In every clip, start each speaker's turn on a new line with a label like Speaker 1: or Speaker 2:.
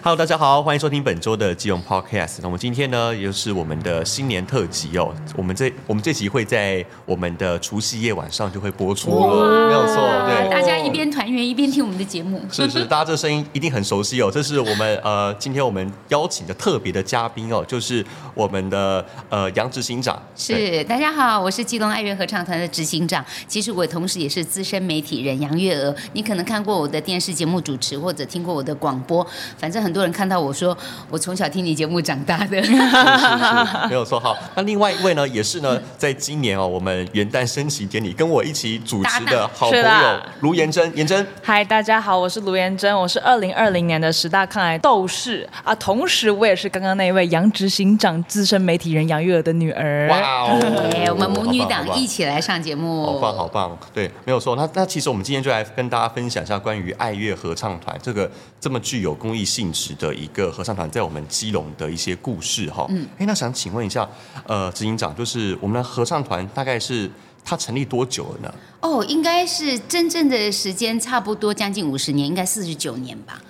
Speaker 1: Hello，大家好，欢迎收听本周的基隆 Podcast。那我们今天呢，也就是我们的新年特辑哦。我们这我们这集会在我们的除夕夜晚上就会播出了，没有错，对。
Speaker 2: 呃大家一边团圆一边听我们的节目，
Speaker 1: 是是，大家这声音一定很熟悉哦。这是我们呃，今天我们邀请的特别的嘉宾哦，就是我们的呃杨执行长。对
Speaker 2: 是，大家好，我是基隆爱乐合唱团的执行长。其实我同时也是资深媒体人杨月娥。你可能看过我的电视节目主持，或者听过我的广播。反正很多人看到我说，我从小听你节目长大 的。
Speaker 1: 哎是是是，没有错。好，那另外一位呢，也是呢，在今年哦，我们元旦升旗典礼跟我一起主持的好朋
Speaker 3: 是
Speaker 1: 友
Speaker 3: 啦
Speaker 1: 卢妍珍，妍珍。
Speaker 3: 嗨，大家好，我是卢妍珍，我是二零二零年的十大抗癌斗士啊，同时我也是刚刚那一位杨执行长资深媒体人杨月儿的女儿。
Speaker 1: 哇哦！
Speaker 2: 哎，我们母女
Speaker 1: 好棒好
Speaker 2: 档
Speaker 1: 棒
Speaker 2: 一起来上节目，
Speaker 1: 好棒，好棒！对，没有错。那那其实我们今天就来跟大家分享一下关于爱乐合唱团这个这么具有公益性质的一个合唱团，在我们基隆的一些故事哈。嗯，哎，那想请问一下，呃，执行长，就是我们的合唱团大概是它成立多久了呢？
Speaker 2: 哦，应该是真正的时间差不多将近五十年，应该四十九年吧。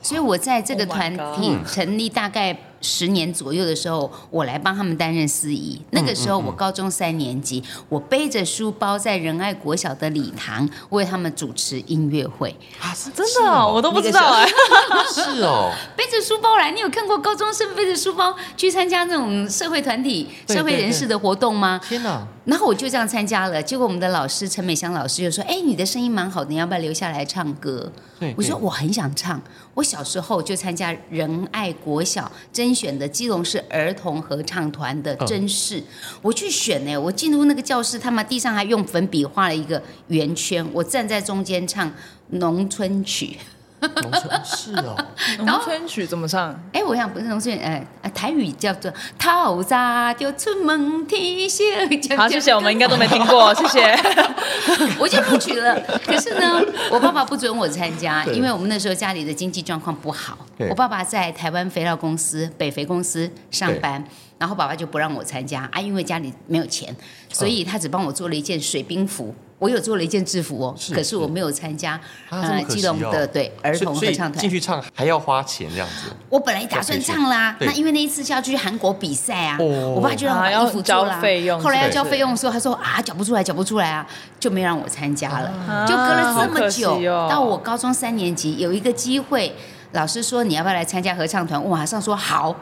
Speaker 2: 所以我在这个
Speaker 3: Oh my
Speaker 2: 团
Speaker 3: God
Speaker 2: 体成立大概十年左右的时候，我来帮他们担任司仪。那个时候我高中三年级，我背着书包在仁爱国小的礼堂为他们主持音乐会，
Speaker 1: 啊，是
Speaker 3: 真的哦、我都不知道哎、
Speaker 1: 是哦，
Speaker 2: 背着书包来。你有看过高中生背着书包去参加那种社会团体、
Speaker 1: 对
Speaker 2: 社会
Speaker 1: 对
Speaker 2: 人
Speaker 1: 对
Speaker 2: 士的活动吗？
Speaker 1: 天哪！
Speaker 2: 然后我就这样参加了，结果我们的老师陈美香老师就说：“哎，你的声音蛮好的，你要不要留下来唱歌
Speaker 1: 对？”
Speaker 2: 我说：“
Speaker 1: 对
Speaker 2: 我很想唱。我小时候就参加仁爱国小甄选的基隆市儿童合唱团的甄试，我去选呢、我进入那个教室，他们地上还用粉笔画了一个圆圈，我站在中间唱农村曲。
Speaker 1: 农村是哦，
Speaker 3: 农村曲怎么唱？
Speaker 2: 哎，我想不是农村，哎、呃，台语叫做“透早就出门天色渐
Speaker 3: 好，谢谢，我们应该都没听过，谢谢。
Speaker 2: 我就录取了。可是呢，我爸爸不准我参加，
Speaker 1: 对
Speaker 2: 因为我们那时候家里的经济状况不好
Speaker 1: 对。
Speaker 2: 我爸爸在台湾肥料公司、北肥公司上班，然后爸爸就不让我参加啊，因为家里没有钱，所以他只帮我做了一件水兵服。我有做了一件制服哦，
Speaker 1: 是
Speaker 2: 可是我没有参加呃
Speaker 1: 啊这么可惜哦
Speaker 2: 基隆的对 儿童
Speaker 1: 所
Speaker 2: 合
Speaker 1: 以
Speaker 2: 唱
Speaker 1: 进
Speaker 2: 团。
Speaker 1: 去唱还要花钱这样子。
Speaker 2: 我本来打算唱啦，
Speaker 1: 对
Speaker 2: 那因为那一次是要去韩国比赛啊，
Speaker 1: 哦
Speaker 2: 我爸就让我把衣服做
Speaker 3: 啊要
Speaker 2: 啦
Speaker 3: 交费用，
Speaker 2: 后来要交
Speaker 3: 对
Speaker 2: 费用的时候，他说啊缴不出来，缴不出来啊，就没让我参加了。
Speaker 3: 啊
Speaker 2: 就隔了这么久，
Speaker 3: 好可惜哦
Speaker 2: 到我高中三年级有一个机会，老师说你要不要来参加合唱团？我马上说好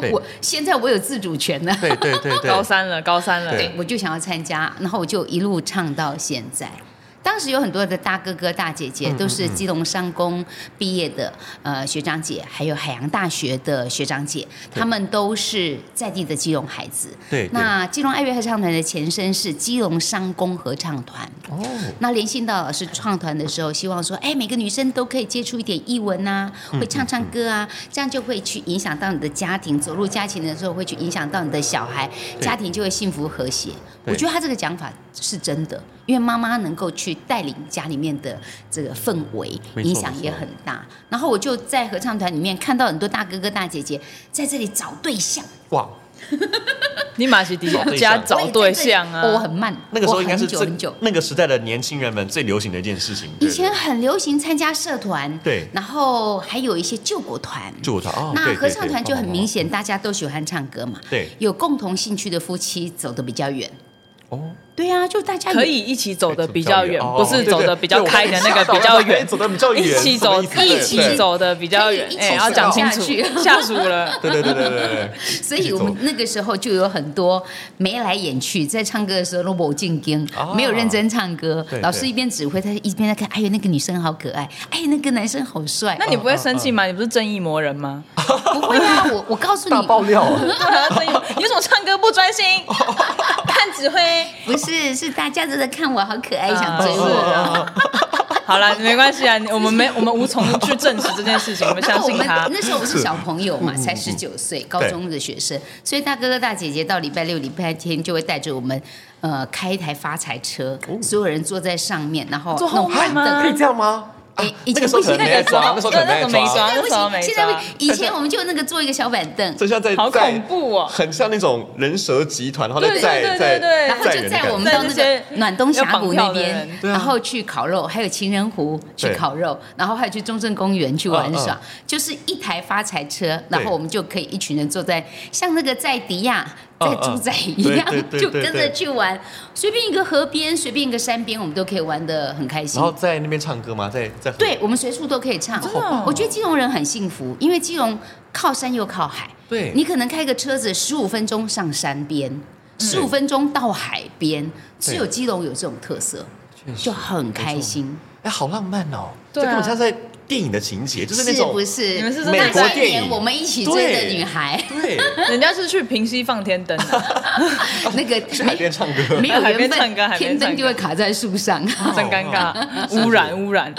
Speaker 1: 对，
Speaker 2: 我现在我有自主权了，
Speaker 1: 对对对对，
Speaker 3: 高三了，高三了，
Speaker 1: 对
Speaker 2: 哎我就想要参加，然后我就一路唱到现在。当时有很多的大哥哥、大姐
Speaker 1: 嗯
Speaker 2: 姐，都是基隆商工毕业的呃学长姐，还有海洋大学的学长姐，
Speaker 1: 对
Speaker 2: 他们都是在地的基隆孩子。
Speaker 1: 对对
Speaker 2: 那基隆爱乐合唱团的前身是基隆商工合唱团。
Speaker 1: 哦，
Speaker 2: 那连信道老师创团的时候，希望说，哎，每个女生都可以接触一点艺文啊，
Speaker 1: 嗯
Speaker 2: 会唱唱歌啊，这样就会去影响到你的家庭，走入家庭的时候会去影响到你的小孩，
Speaker 1: 对
Speaker 2: 家庭就会幸福和谐。
Speaker 1: 对
Speaker 2: 我觉得他这个讲法是真的，因为妈妈能够去带领家里面的这个氛围，
Speaker 1: 没错
Speaker 2: 影响也很大。然后我就在合唱团里面看到很多大哥哥大姐姐在这里找对象，
Speaker 1: 哇，
Speaker 3: 你马西迪
Speaker 1: 找对
Speaker 3: 家
Speaker 1: 象
Speaker 3: 找对象啊
Speaker 2: 我也在这里哦，我很慢，
Speaker 1: 那个时候应该是
Speaker 2: 我很久很久
Speaker 1: 这。那个时代的年轻人们最流行的一件事情。对
Speaker 2: 以前很流行参加社团，
Speaker 1: 对
Speaker 2: 然后还有一些救国团。
Speaker 1: 就我团哦，对
Speaker 2: 那
Speaker 1: 对
Speaker 2: 合唱
Speaker 1: 对
Speaker 2: 团就很
Speaker 1: 哦
Speaker 2: 明显，大家都喜欢唱歌嘛。
Speaker 1: 对
Speaker 2: 有共同兴趣的夫妻走得比较远。
Speaker 1: 哦，哎
Speaker 2: 对啊，就大家有
Speaker 3: 可以一起走的比较远，不是走的比较开的那个
Speaker 1: 哦
Speaker 3: 比较
Speaker 1: 对对对
Speaker 3: 远，
Speaker 1: 对我吓到了哎走的比较远，
Speaker 3: 一起走一起。走的比较远
Speaker 2: 可以一，起
Speaker 3: 哎，要
Speaker 2: 走
Speaker 3: 讲清
Speaker 2: 下
Speaker 3: 楚
Speaker 2: 去，
Speaker 3: 吓死我了。
Speaker 1: 对对对对对对对，
Speaker 2: 所以我们那个时候就有很多眉来眼去，在唱歌的时候都没进京
Speaker 1: 啊，
Speaker 2: 没有认真唱歌
Speaker 1: 对。
Speaker 2: 老师一边指挥，他一边在看，哎呦那个女生好可爱，哎那个男生好帅
Speaker 3: 那。你不会生气吗？你不是正义魔人吗？
Speaker 2: 不会啊，我我告诉
Speaker 1: 大
Speaker 2: 你，
Speaker 1: 爆料，
Speaker 3: 正义魔你为什么唱歌不 专心？看指挥。
Speaker 2: 不是是大家都在看我好可爱，
Speaker 3: 啊
Speaker 1: 哦
Speaker 2: 想追
Speaker 3: 是
Speaker 2: 我。
Speaker 3: 啊好了，没关系啊，你我们没我们无从去证实这件事 情，我们
Speaker 2: 那
Speaker 3: 相
Speaker 2: 我
Speaker 3: 信
Speaker 2: 们
Speaker 3: 他。
Speaker 2: 那时候我是小朋友嘛，才十九岁，高中的学生，所以大哥哥大姐姐到礼拜六、礼拜天就会带着我们，呃，开一台发财车，所有人坐在上面，然后
Speaker 3: 坐后
Speaker 2: 弄
Speaker 3: 面
Speaker 2: 板凳
Speaker 3: 吗
Speaker 1: 哎可以这样吗？啊
Speaker 2: 哎，以
Speaker 1: 那个
Speaker 2: 前
Speaker 1: 时候
Speaker 2: 不
Speaker 1: 可
Speaker 2: 行
Speaker 1: 能，没在抓，那时候可能没在
Speaker 3: 那时候
Speaker 1: 抓，
Speaker 3: 没抓啊那
Speaker 2: 现在不
Speaker 3: 时候没
Speaker 2: 行，现在
Speaker 3: 抓
Speaker 2: 不行。以前我们就那个坐一个小板凳，
Speaker 1: 就像在
Speaker 3: 好
Speaker 1: 在
Speaker 3: 恐怖哦
Speaker 1: 很像那种人蛇集团，然后
Speaker 3: 对
Speaker 1: 再在
Speaker 3: 对对
Speaker 1: 在
Speaker 3: 对对
Speaker 2: 然后就载我们到
Speaker 3: 在
Speaker 2: 那个
Speaker 3: 那些
Speaker 2: 暖东峡谷那
Speaker 3: 要绑票的
Speaker 2: 边
Speaker 3: 人，
Speaker 1: 对啊
Speaker 2: 然后去烤肉，还有情人湖去烤肉，然后还有去中正公园去玩耍
Speaker 1: 嗯，
Speaker 2: 就是一台发财车，然后我们就可以一群人坐在像那个在迪亚。
Speaker 1: 嗯
Speaker 2: 在猪仔一样
Speaker 1: 嗯，对对对对
Speaker 2: 就跟着去玩，随便一个河边，随便一个山边，我们都可以玩得很开心
Speaker 1: 然后。在那边唱歌吗？在在
Speaker 2: 对，我们随处都可以唱
Speaker 3: 真的哦。
Speaker 2: 我觉得基隆人很幸福，因为基隆靠山又靠海。
Speaker 1: 对
Speaker 2: 你可能开个车子十五分钟上山边，
Speaker 1: 嗯
Speaker 2: 十五分钟到海边，只有基隆有这种特色，
Speaker 1: 确实
Speaker 2: 就很开心。
Speaker 1: 哎，好浪漫哦！这
Speaker 3: 对啊
Speaker 1: 根本像在电影的情节，就是那种
Speaker 2: 不是？
Speaker 3: 你们是真的
Speaker 1: 美国
Speaker 2: 那些
Speaker 1: 电影
Speaker 2: 年我们一起追的女孩，
Speaker 1: 对，
Speaker 3: 人家是去平西放天灯啊 的，
Speaker 2: 那个
Speaker 1: 去海边唱歌，
Speaker 2: 没有
Speaker 3: 海
Speaker 2: 缘
Speaker 3: 边唱
Speaker 2: 分
Speaker 3: 歌海边唱歌，
Speaker 2: 天灯就会卡在树上。
Speaker 3: 真尴尬，
Speaker 1: 哦
Speaker 3: 污染污染。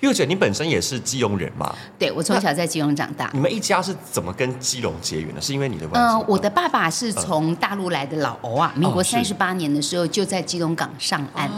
Speaker 1: 佑姐，你本身也是基隆人嘛？
Speaker 2: 对我从小在基隆长大
Speaker 1: 你。们一家是怎么跟基隆结缘的？是因为你的关系
Speaker 2: 嗯
Speaker 1: 吗？，
Speaker 2: 我的爸爸是从大陆来的老敖啊，民国
Speaker 1: 哦是
Speaker 2: 三十八年的时候就在基隆港上岸。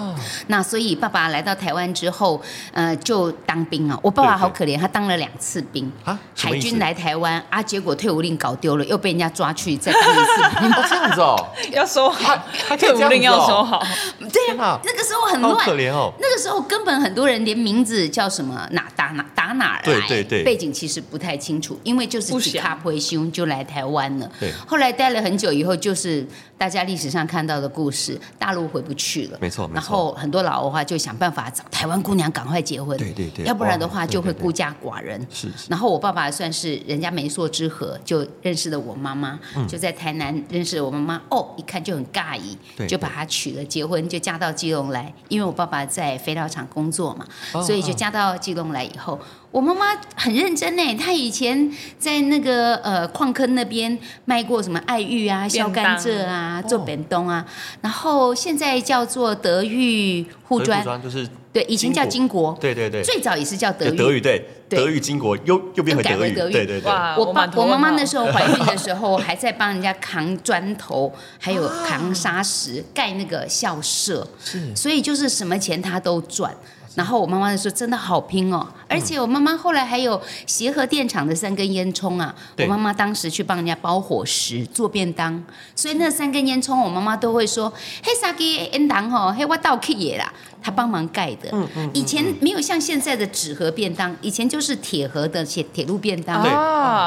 Speaker 2: 那所以爸爸来到台湾之后，呃，就当兵啊。我爸
Speaker 1: 对
Speaker 2: 爸
Speaker 1: 对
Speaker 2: 好可怜，他当了两次兵
Speaker 1: 啊什么
Speaker 2: 海
Speaker 1: 意思
Speaker 2: 军来台湾啊，结果退伍令搞丢了，又被人家抓去再当一次兵。
Speaker 1: 哦这样子 哦，
Speaker 3: 要收
Speaker 1: 还
Speaker 3: 好，
Speaker 1: 还可以这
Speaker 3: 退伍
Speaker 1: 样
Speaker 3: 令
Speaker 1: 子
Speaker 3: 要收
Speaker 1: 哦，
Speaker 3: 好，
Speaker 2: 对
Speaker 1: 天哪
Speaker 2: 啊，那个时候很
Speaker 1: 好
Speaker 2: 乱，
Speaker 1: 可怜哦。
Speaker 2: 那个时候根本很多人连名字叫什么哪打哪打哪来，
Speaker 1: 对对对
Speaker 2: 背景其实不太清楚，因为就是
Speaker 3: 不
Speaker 2: 几
Speaker 3: 详
Speaker 2: 卡回兄就来台湾了。
Speaker 1: 对
Speaker 2: 后来待了很久以后，就是大家历史上看到的故事，大陆回不去了，
Speaker 1: 没错没错
Speaker 2: 然后很多老欧话就想办法找台湾姑娘赶快结婚，
Speaker 1: 对对对
Speaker 2: 要不然的话
Speaker 1: 哇
Speaker 2: 就会
Speaker 1: 对对对
Speaker 2: 孤家寡人。
Speaker 1: 是是
Speaker 2: 然后我爸爸算是人家媒妁之合，就认识了我妈妈，
Speaker 1: 嗯
Speaker 2: 就在台南认识了我妈妈。哦，一看就很尬意
Speaker 1: 对，
Speaker 2: 就把她娶了，结婚就嫁到基隆来。因为我爸爸在肥料厂工作嘛，
Speaker 1: 哦
Speaker 2: 所以就嫁到基隆来以后，我妈妈很认真呢。她以前在那个呃矿坑那边卖过什么爱玉啊、
Speaker 3: 便
Speaker 2: 削
Speaker 3: 当
Speaker 2: 甘蔗啊、做扁冬啊，然后现在叫做德裕护
Speaker 1: 所以
Speaker 2: 专
Speaker 1: 护，专就是
Speaker 2: 对，以前叫金国，
Speaker 1: 对对对，
Speaker 2: 最早也是叫德
Speaker 1: 有
Speaker 2: 裕。
Speaker 1: 德语对
Speaker 2: 对
Speaker 1: 德语金国又又变回
Speaker 2: 又改
Speaker 1: 德
Speaker 2: 回
Speaker 1: 语，
Speaker 2: 德语
Speaker 1: 对对对，
Speaker 3: 哇！
Speaker 2: 我爸
Speaker 3: 满头
Speaker 2: 我妈
Speaker 3: 问
Speaker 2: 妈
Speaker 3: 号
Speaker 2: 那时候怀孕的时候，还在帮人家扛砖头，还有
Speaker 3: 啊
Speaker 2: 扛砂石，盖那个校舍，所以就是什么钱她都赚。然后我妈妈就说：“真的好拼哦！”
Speaker 3: 嗯
Speaker 2: 而且我妈妈后来还有协和电厂的三根烟囱啊，我
Speaker 1: 对
Speaker 2: 妈妈当时去帮人家包伙食、做便当，所以那三根烟囱，我妈妈都会说：“嘿，沙基烟糖吼，嘿，我倒去也啦。”她帮忙盖的。
Speaker 3: 嗯
Speaker 2: 以前没有像现在的纸盒便当，以前就是铁盒的铁铁路便当。
Speaker 1: 对哦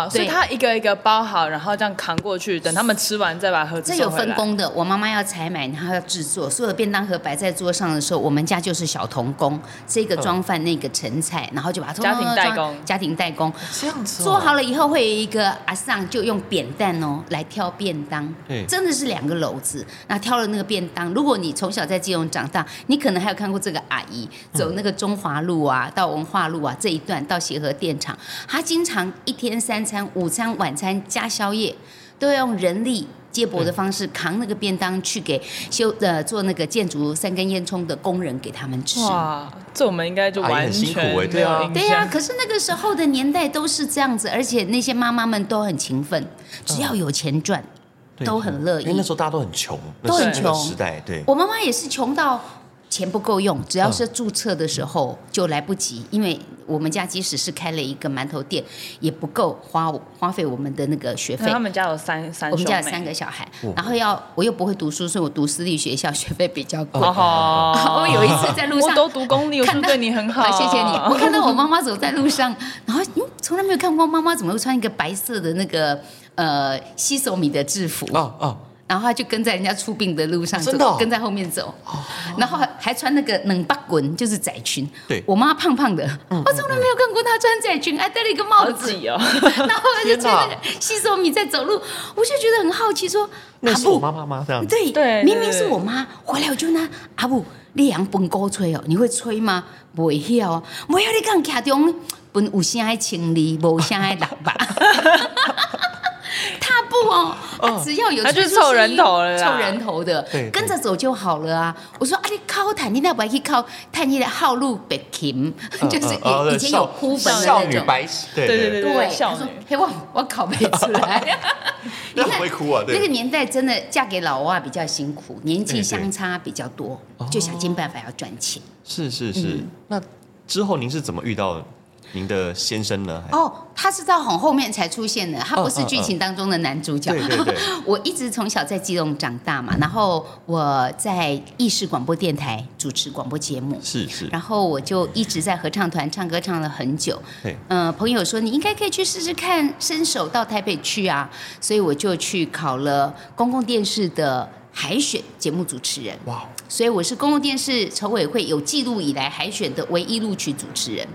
Speaker 3: 啊，所以
Speaker 2: 对
Speaker 3: 他一个一个包好，然后这样扛过去，等他们吃完再把盒子
Speaker 2: 这
Speaker 3: 收
Speaker 2: 有
Speaker 3: 回
Speaker 2: 分
Speaker 3: 来。
Speaker 2: 工的，我妈妈要采买，然后要制作。所有的便当盒摆在桌上的时候，我们家就是小童工，这个装饭，那个盛菜，然后就把它通
Speaker 3: 嗯
Speaker 2: 通
Speaker 3: 家庭代工
Speaker 2: 装家庭代工
Speaker 1: 这样子哦
Speaker 2: 做好了以后，会有一个阿尚就用扁担哦来挑便当
Speaker 1: 对，
Speaker 2: 真的是两个篓子。那挑了那个便当，如果你从小在基隆长大，你可能还有看过这个阿姨走那个中华路啊，到文化路啊这一段到协和电厂，她经常一天三餐，午餐、晚餐加宵夜，都要用人力。接驳的方式扛那个便当去给修呃做那个建筑三根烟囱的工人给他们吃。
Speaker 3: 哇，这我们应该就
Speaker 1: 阿姨
Speaker 3: 完
Speaker 1: 很辛苦
Speaker 3: 全没有
Speaker 1: 欸对啊
Speaker 3: 印
Speaker 2: 对呀、
Speaker 3: 象
Speaker 2: 可是那个时候的年代都是这样子，而且那些妈妈们都很勤奋，只要有钱赚，
Speaker 1: 嗯对
Speaker 2: 都很乐
Speaker 1: 因为那
Speaker 2: 意
Speaker 1: 时。候大家都很穷，
Speaker 2: 都很
Speaker 1: 那是那个
Speaker 2: 穷
Speaker 1: 时代，对
Speaker 2: 我妈妈也是穷到钱不够用，
Speaker 1: 嗯
Speaker 2: 只要是注册的时候就来不及，因为我们家即使是开了一个馒头店，也不够花花费我们的那个学
Speaker 3: 因为
Speaker 2: 费
Speaker 3: 他。啊
Speaker 1: 嗯
Speaker 3: 们家有三三
Speaker 2: 我们
Speaker 3: 兄
Speaker 2: 家
Speaker 3: 妹，
Speaker 2: 有三个小孩，然后要我又不会读书，所以我读私立学校，学费比较贵。
Speaker 3: 哦，
Speaker 2: 我有一次在路上
Speaker 3: 我都读公立，我是
Speaker 2: 看
Speaker 3: 不是
Speaker 2: 到
Speaker 3: 对你很好？哦
Speaker 2: 啊谢谢你。我看到我妈妈走在路上，然后嗯，从来没有看过妈妈怎么会穿一个白色的那个呃西索米的制服，
Speaker 1: 哦哦，
Speaker 2: 然后她就跟在人家出殡的路上走，
Speaker 1: 真的哦哦
Speaker 2: 跟在后面走，然后还还穿那个冷巴滚，就是窄裙。
Speaker 1: 对嗯
Speaker 2: 我妈胖胖的，我从来没有看过她穿窄裙，还戴了一个帽
Speaker 3: 好
Speaker 2: 子，
Speaker 3: 挤哦，
Speaker 2: 然后她就
Speaker 1: 天
Speaker 2: 穿那
Speaker 1: 哪
Speaker 2: 个西索米在走路，我就觉得很好奇说，
Speaker 1: 那
Speaker 2: 啊
Speaker 1: 是
Speaker 2: 不
Speaker 1: 我妈妈吗？这样
Speaker 2: 对，
Speaker 3: 对
Speaker 2: 明明
Speaker 3: 对
Speaker 2: 是我妈回来，我就拿阿母，你养本鼓吹哦，你会吹吗？不会晓啊，不会晓你讲徛中，本有声的清理，无声的喇 叭。踏步哦，啊只要有
Speaker 3: 他就是
Speaker 2: 吹出
Speaker 3: 凑人头了
Speaker 2: 声音
Speaker 3: 啦
Speaker 2: 凑人头的
Speaker 1: 对对，
Speaker 2: 跟着走就好了啊。我说啊，你靠坦，你那不要去靠探你的号路北琴， 就是
Speaker 1: 嗯嗯哦
Speaker 2: 以以前有
Speaker 1: 少
Speaker 2: 哭本的
Speaker 1: 少
Speaker 2: 那
Speaker 1: 女
Speaker 2: 种。
Speaker 1: 白痴，对
Speaker 3: 对
Speaker 1: 对
Speaker 3: 对对
Speaker 1: 对，
Speaker 2: 对，
Speaker 3: 少
Speaker 2: 他说
Speaker 3: 女
Speaker 2: 嘿，我我考没 出来，你
Speaker 1: 那
Speaker 2: 看
Speaker 1: 很会哭啊对
Speaker 2: 那个年代真的嫁给老外比较辛苦，
Speaker 1: 哦
Speaker 2: 年纪相差比较多，就想尽办法要赚钱。
Speaker 1: 是是是。那之后您是怎么遇到您的先生呢？还
Speaker 2: 哦，他是到很后面才出现的，他不是
Speaker 1: 嗯嗯
Speaker 2: 剧情当中的男主角。
Speaker 1: 对对对
Speaker 2: 我一直从小在基隆长大嘛，然后我在意式广播电台主持广播节目，
Speaker 1: 是是
Speaker 2: 然，后我就一直在合唱团唱歌，唱了很久。
Speaker 1: 对，
Speaker 2: 嗯、朋友说你应该可以去试试看，伸手到台北去啊，所以我就去考了公共电视的海选节目主持人。
Speaker 1: 哇，
Speaker 2: 所以我是公共电视筹委会有记录以来海选的唯一录取主持人，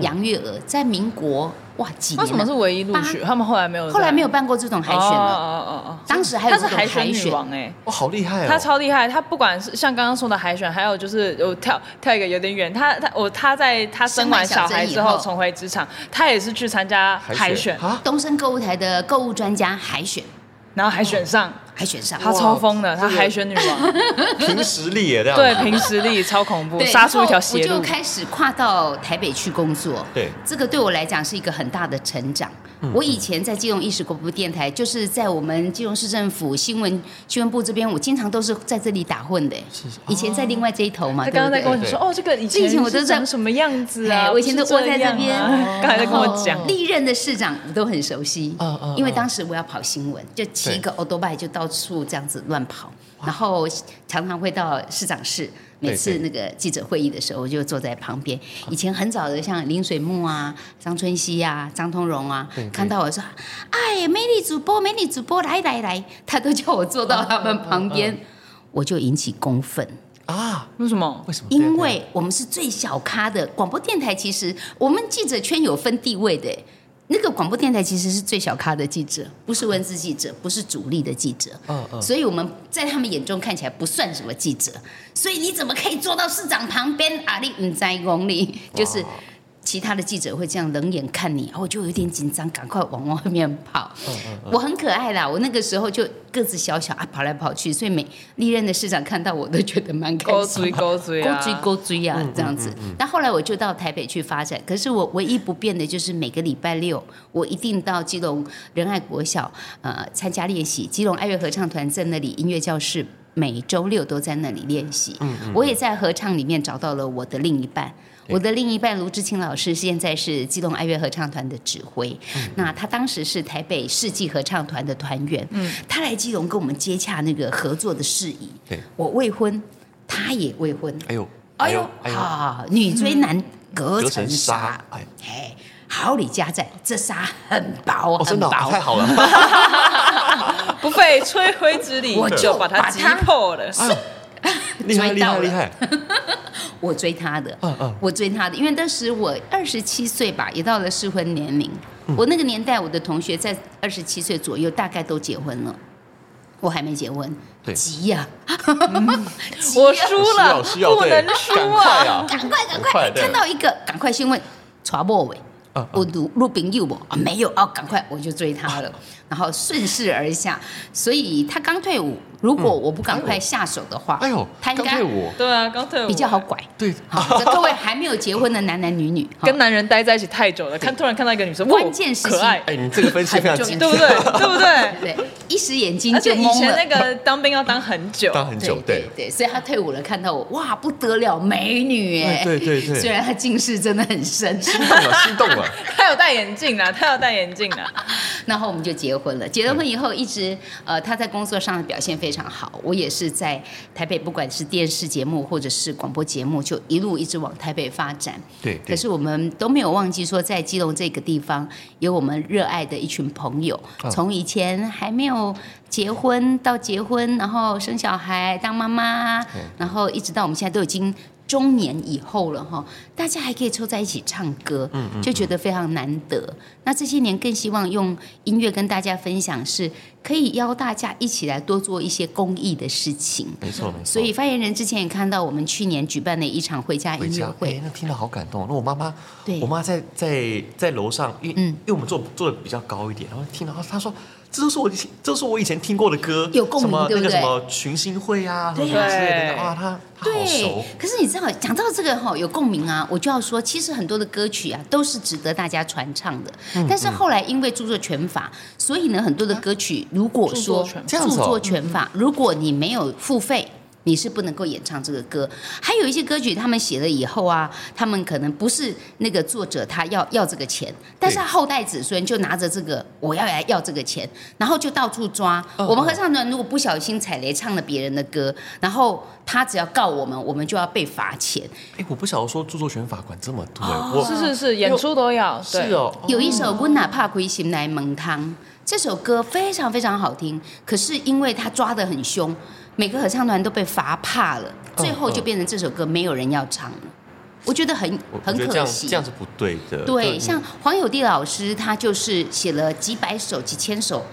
Speaker 2: 杨月娥，在民国哇几
Speaker 3: 为
Speaker 2: 年
Speaker 3: 哦什么是
Speaker 2: 了，
Speaker 3: 唯一录取？他们后来没有在，
Speaker 2: 后来没有办过这种海选了。
Speaker 3: 哦哦哦哦
Speaker 2: 当时还
Speaker 3: 她
Speaker 2: 有
Speaker 3: 是
Speaker 2: 这种
Speaker 3: 海
Speaker 2: 海
Speaker 3: 选女
Speaker 2: 选
Speaker 3: 王哎。
Speaker 1: 哇，好厉害哦！
Speaker 3: 他超厉害，他不管是像刚刚说的海选，还有就是我跳跳一个有点远，他他我他在他生完小孩之
Speaker 2: 生完小
Speaker 3: 后
Speaker 2: 珍以后
Speaker 3: 重回职场，他也是去参加海选，
Speaker 1: 啊，
Speaker 2: 东升购物台的购物专家海选，
Speaker 3: 然后海选上，
Speaker 2: 海选上，
Speaker 3: 他超疯的，
Speaker 1: 这
Speaker 3: 他
Speaker 1: 个
Speaker 3: 海选女王，
Speaker 1: 凭实力耶，这样
Speaker 3: 对，凭实力超恐怖，
Speaker 2: 对，
Speaker 3: 杀出一条血
Speaker 2: 然后我
Speaker 3: 路
Speaker 2: 就。开始跨到台北去工作。
Speaker 1: 对
Speaker 2: 这个对我来讲是一个很大的成长。我以前在基隆意识广播电台，就是在我们基隆市政府新闻新闻部这边，我经常都是在这里打混的。以前在另外这一头
Speaker 1: 啊
Speaker 2: 嘛，
Speaker 3: 他刚刚在
Speaker 2: 对不
Speaker 3: 跟
Speaker 2: 对
Speaker 3: 我讲说，哦，这个以前
Speaker 2: 以前我都
Speaker 3: 是
Speaker 2: 在
Speaker 3: 长什么样子啊？
Speaker 2: 哎我以前都
Speaker 3: 不是
Speaker 2: 窝
Speaker 3: 这
Speaker 2: 在
Speaker 3: 样
Speaker 2: 这边
Speaker 3: 啊 刚才在跟我讲，
Speaker 1: 哦
Speaker 2: 历任的市长我都很熟悉
Speaker 1: 嗯嗯，
Speaker 2: 因为当时我要跑新闻，就骑一个 o d o b i 就到处这样子乱跑，然后常常会到市长室。每次
Speaker 1: 对
Speaker 2: 那个记者会议的时候，我就坐在旁边。以前很早的，像林水木啊、张春熙啊、张通荣啊，看到我说：“哎，美女主播，美女主播，来来来！”他都叫我坐到他们旁边，我就引起公愤。
Speaker 1: 啊，
Speaker 3: 为什么？
Speaker 1: 为什么？
Speaker 2: 因为我们是最小咖的广播电台，其实我们记者圈有分地位的。那个广播电台其实是最小咖的记者，不是文字记者，不是主力的记者，
Speaker 1: 嗯嗯
Speaker 2: 所以我们在他们眼中看起来不算什么记者。所以你怎么可以坐到市长旁边啊？你唔在公里，就是其他的记者会这样冷眼看你，我就有点紧张，赶快往外面跑。我很可爱啦，我那个时候就个子小小啊，跑来跑去，所以每历任的市长看到我都觉得蛮开
Speaker 3: 勾
Speaker 2: 心
Speaker 3: 追。勾追啊！
Speaker 2: 勾追勾追啊，这样子。那后来我就到台北去发展，可是我唯一不变的就是每个礼拜六，我一定到基隆仁爱国小呃参加练习，基隆爱乐合唱团在那里音乐教室。每周六都在那里练习，我也在合唱里面找到了我的另一半。我的另一半卢志清老师现在是基隆爱乐合唱团的指挥，那他当时是台北世纪合唱团的团员，他来基隆跟我们接洽那个合作的事宜。
Speaker 1: 对
Speaker 2: 我未婚，他也未婚，
Speaker 1: 哎呦，
Speaker 2: 哎呦，
Speaker 1: 哎呦，
Speaker 2: 啊，女追男隔
Speaker 1: 隔
Speaker 2: 层
Speaker 1: 层
Speaker 2: 纱
Speaker 1: 纱，，哎，
Speaker 2: 哎，好李家在，这纱很薄，
Speaker 1: 哦，
Speaker 2: 很
Speaker 1: 真的啊
Speaker 2: 薄
Speaker 1: 太。好 了，
Speaker 3: 不费吹灰之力，
Speaker 2: 我就
Speaker 3: 把
Speaker 2: 把
Speaker 3: 它击
Speaker 2: 它啊
Speaker 3: 破了。
Speaker 1: 哎呦厉害
Speaker 2: 追
Speaker 1: 厉
Speaker 2: 到
Speaker 1: 害
Speaker 2: 了
Speaker 1: 厉害，
Speaker 2: 我追他的，
Speaker 1: 嗯嗯
Speaker 2: 我追他的，因为当时我二十七岁吧，也到了适婚年龄。
Speaker 1: 嗯
Speaker 2: 我那个年代，我的同学在二十七岁左右，大概都结婚了，我还没结婚，
Speaker 1: 对
Speaker 2: 急呀、急
Speaker 3: 我
Speaker 2: 呀
Speaker 3: 输
Speaker 1: 需
Speaker 3: 了，
Speaker 1: 要需要，
Speaker 3: 不
Speaker 1: 对
Speaker 3: 能输
Speaker 1: 赶快啊，
Speaker 3: 啊！
Speaker 2: 赶快
Speaker 1: 赶
Speaker 2: 赶
Speaker 1: 快
Speaker 2: 快，看到一个赶快先问传播伟
Speaker 1: 嗯嗯，
Speaker 2: 我录录屏有我啊没有哦，赶快我就追他
Speaker 1: 啊
Speaker 2: 了，然后顺势而下。所以他刚退伍，如果我不赶快下手的话，
Speaker 1: 嗯哎呦，
Speaker 2: 他
Speaker 1: 刚
Speaker 2: 应该
Speaker 1: 退伍，
Speaker 3: 对啊，刚退伍
Speaker 2: 比较好拐。
Speaker 1: 对，
Speaker 2: 好， 各位还没有结婚的男男女女，哈
Speaker 3: 跟男人待在一起太久了，看突然看到一个女生，哇
Speaker 2: 关键时期
Speaker 3: 可爱，
Speaker 1: 哎，你这个分析非常
Speaker 2: 很重
Speaker 1: 精
Speaker 3: 对不 对？对不对？
Speaker 2: 对一时眼睛
Speaker 3: 而
Speaker 2: 就
Speaker 3: 且以
Speaker 2: 懵
Speaker 3: 前
Speaker 2: 了
Speaker 3: 那。个当兵要当很久，
Speaker 1: 当很久，
Speaker 2: 对
Speaker 1: 对，
Speaker 2: 对，所以他退伍了，看到我哇不得了，美女哎！
Speaker 1: 哎对对对
Speaker 2: 虽然他近视真的很深，
Speaker 1: 心动了，心动了，
Speaker 3: 他有戴眼镜啦，他有戴眼镜啊啦。
Speaker 2: 然后我们就结婚了。结了婚以后，一直呃，他在工作上的表现非常好，我也是在台北，不管是电视节目或者是广播节目，就一路一直往台北发展。
Speaker 1: 对对
Speaker 2: 可是我们都没有忘记说，在基隆这个地方有我们热爱的一群朋友，
Speaker 1: 嗯
Speaker 2: 从以前还没有结婚到结婚，然后生小孩、当妈妈
Speaker 1: 嗯，
Speaker 2: 然后一直到我们现在都已经。中年以后了哈，大家还可以凑在一起唱歌，
Speaker 1: 嗯
Speaker 2: 就觉得非常难得。那这些年更希望用音乐跟大家分享，是可以邀大家一起来多做一些公益的事情。
Speaker 1: 没错没错，
Speaker 2: 所以发言人之前也看到我们去年举办的一场回家
Speaker 1: 回
Speaker 2: 音乐
Speaker 1: 家，
Speaker 2: 会
Speaker 1: 哎，，那听了好感动哦。那我妈妈
Speaker 2: 对，
Speaker 1: 我妈在在在楼上，因为、
Speaker 2: 嗯
Speaker 1: 因为我们坐坐的比较高一点，然后听到她说，这都是我以前这都是我以前听过的歌，
Speaker 2: 有共鸣
Speaker 1: 什么
Speaker 2: 对不
Speaker 1: 那个
Speaker 2: 对
Speaker 1: 什么群星会啊，什么什
Speaker 2: 对
Speaker 1: 么之类的，
Speaker 3: 对
Speaker 1: 哇，她她好
Speaker 2: 对
Speaker 1: 熟，，
Speaker 2: 可是你知道，讲到这个哈、有共鸣啊，我就要说，其实很多的歌曲啊，都是值得大家传唱的。
Speaker 3: 嗯
Speaker 2: 但是后来因为著作权法，所以呢，很多的歌曲如果
Speaker 3: 著
Speaker 2: 说
Speaker 3: 作权
Speaker 1: 这样子哦
Speaker 2: 著作权法，如果你没有付费，你是不能够演唱这个歌。还有一些歌曲，他们写了以后啊，他们可能不是那个作者他要要这个钱，但是他后代子孙就拿着这个我要来要这个钱，然后就到处抓。
Speaker 1: 哦
Speaker 2: 我们合唱团如果不小心踩雷唱了别人的歌，然后他只要告我们，我们就要被罚钱。
Speaker 1: 哎，我不晓得说著作权法管这么多，
Speaker 2: 哦
Speaker 3: 是
Speaker 1: 我
Speaker 3: 是是，演出都要，
Speaker 1: 是
Speaker 3: 对，
Speaker 1: 哦，
Speaker 2: 有一首《我哪怕亏心来蒙汤》，这首歌非常非常好听，可是因为他抓得很凶，每个合唱团都被罚怕了，最
Speaker 1: 哦
Speaker 2: 后就变成这首歌没有人要唱了。我觉得很
Speaker 1: 我我
Speaker 2: 很
Speaker 1: 觉得这
Speaker 2: 可
Speaker 1: 样
Speaker 2: 惜
Speaker 1: 这。样是不对的。嗯
Speaker 2: 对，像黄友弟老师，他就是写了几百首、几千首，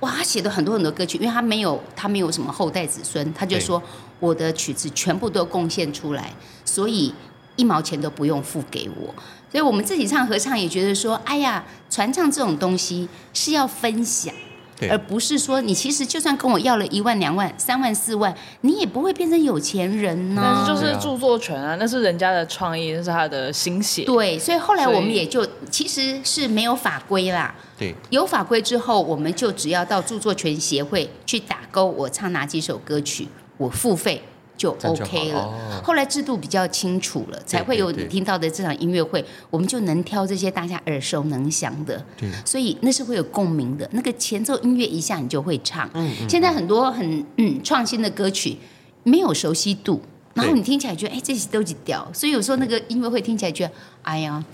Speaker 2: 哇，他写的很多很多歌曲，因为他没有他没有什么后代子孙，他就
Speaker 1: 对
Speaker 2: 说我的曲子全部都贡献出来，所以一毛钱都不用付给我。所以我们自己唱合唱也觉得说，哎呀，传唱这种东西是要分享。
Speaker 1: 对
Speaker 2: 而不是说你其实就算跟我要了一万、两万、三万、四万，你也不会变成有钱人呢、
Speaker 3: 但是就
Speaker 1: 对
Speaker 3: 是
Speaker 1: 啊
Speaker 3: 著作权嗯啊，那是人家的创意，那是他的心血。
Speaker 2: 对，所以后来
Speaker 3: 所以
Speaker 2: 我们也就其实是没有法规啦，
Speaker 1: 对，
Speaker 2: 有法规之后，我们就只要到著作权协会去打勾，我唱哪几首歌曲，我付费就
Speaker 1: 这样就好
Speaker 2: OK 了。
Speaker 1: 了哦
Speaker 2: 后来制度比较清楚了，才会有
Speaker 1: 对
Speaker 2: 你
Speaker 1: 对
Speaker 2: 听到的这场音乐会，我们就能挑这些大家耳熟能详的。
Speaker 1: 对
Speaker 2: 所以那是会有共鸣的。那个前奏音乐一下你就会唱。
Speaker 1: 嗯
Speaker 2: 现在很多很嗯创新的歌曲没有熟悉度，然后
Speaker 1: 对
Speaker 2: 你听起来觉得哎这些都是屌，所以有时候那个音乐会听起来觉得哎呀。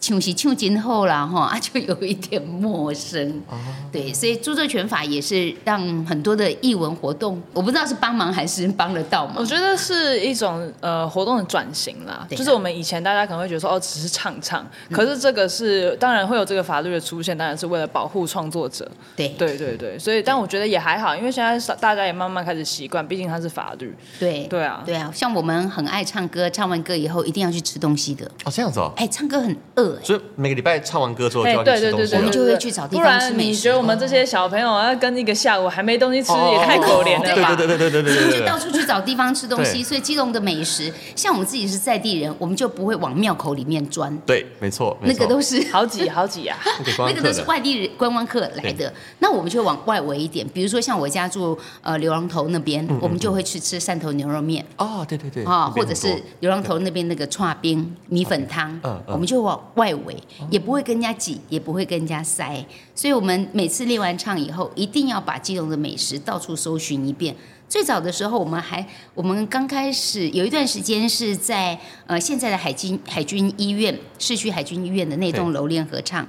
Speaker 2: 唱是唱今后啦，哈啊， 就有一点陌生。
Speaker 1: 哦
Speaker 2: 对，所以著作权法也是让很多的艺文活动，我不知道是帮忙还是帮得到
Speaker 3: 我
Speaker 2: 嘛。
Speaker 3: 觉得是一种呃活动的转型啦，
Speaker 2: 对啊
Speaker 3: 就是我们以前大家可能会觉得说哦只是唱唱，可是这个是当然会有这个法律的出现，当然是为了保护创作者，
Speaker 2: 对
Speaker 3: 对对对，所以但我觉得也还好，因为现在是大家也慢慢开始习惯，毕竟它是法律，
Speaker 2: 对
Speaker 3: 对啊
Speaker 2: 对啊，像我们很爱唱歌，唱完歌以后一定要去吃东西的。
Speaker 1: 哦这样子哦，
Speaker 2: 哎，唱歌很饿哎、
Speaker 1: 所以每个礼拜唱完歌之后就
Speaker 3: 哎
Speaker 1: 要去
Speaker 3: 对对
Speaker 1: 吃
Speaker 3: 对
Speaker 1: 东
Speaker 3: 对
Speaker 1: 西
Speaker 3: 对，
Speaker 1: 了
Speaker 2: 我。们就
Speaker 3: 对
Speaker 2: 会去找地
Speaker 3: 不
Speaker 2: 方吃
Speaker 3: 然
Speaker 2: 美
Speaker 3: 你
Speaker 2: 食
Speaker 3: 觉得我们这些小朋友要跟一个下午还没东西吃，也太
Speaker 2: 哦
Speaker 3: 可怜了
Speaker 1: 对
Speaker 3: 吧？
Speaker 1: 对对对对对
Speaker 2: 所
Speaker 1: 对啊
Speaker 2: 以 就到处去找地方吃东西。
Speaker 1: 对
Speaker 2: 所以基隆的美食，像我们自己是在地人，我们就不会往庙口里面钻，
Speaker 1: 对，没错，
Speaker 2: 那个都
Speaker 1: 是
Speaker 2: 是
Speaker 3: 好挤好挤呀、啊！
Speaker 1: 那
Speaker 2: 那个都是外地人观光客来的，那我们就往外围一点，比如说像我家住呃流浪头那边，我们就会去吃汕头牛肉面
Speaker 1: 啊，对对对
Speaker 2: 啊，
Speaker 1: 那边
Speaker 2: 或者
Speaker 1: 很多
Speaker 2: 是流浪头那边那个串冰米粉汤
Speaker 1: 嗯，嗯
Speaker 2: 我们就往外围，也不会跟人家挤，也不会跟人家塞，所以我们每次练完唱以后，一定要把基隆的美食到处搜寻一遍。最早的时候，我们还我们刚开始有一段时间是在呃现在的海军海军医院市区海军医院的那栋
Speaker 1: 对
Speaker 2: 楼练合唱，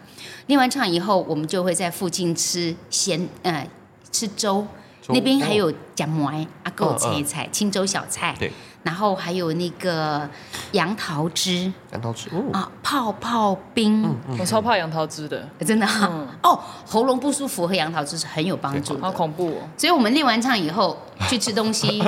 Speaker 2: 练完唱以后，我们就会在附近吃咸呃吃粥，
Speaker 1: 粥
Speaker 2: 那边还
Speaker 1: 哦
Speaker 2: 有夹馍啊，够
Speaker 1: 嗯
Speaker 2: 菜
Speaker 1: 嗯
Speaker 2: 菜青州小菜，
Speaker 1: 对
Speaker 2: 然后还有那个杨桃汁
Speaker 1: 杨桃汁哦，
Speaker 2: 啊，泡泡冰，
Speaker 1: 嗯
Speaker 3: 我超怕杨桃汁的，
Speaker 2: 真的、啊
Speaker 3: 嗯
Speaker 2: 哦，喉咙不舒服喝杨桃汁是很有帮助
Speaker 3: 好
Speaker 2: 的。
Speaker 3: 恐怖哦，
Speaker 2: 所以我们练完唱以后去吃 东西，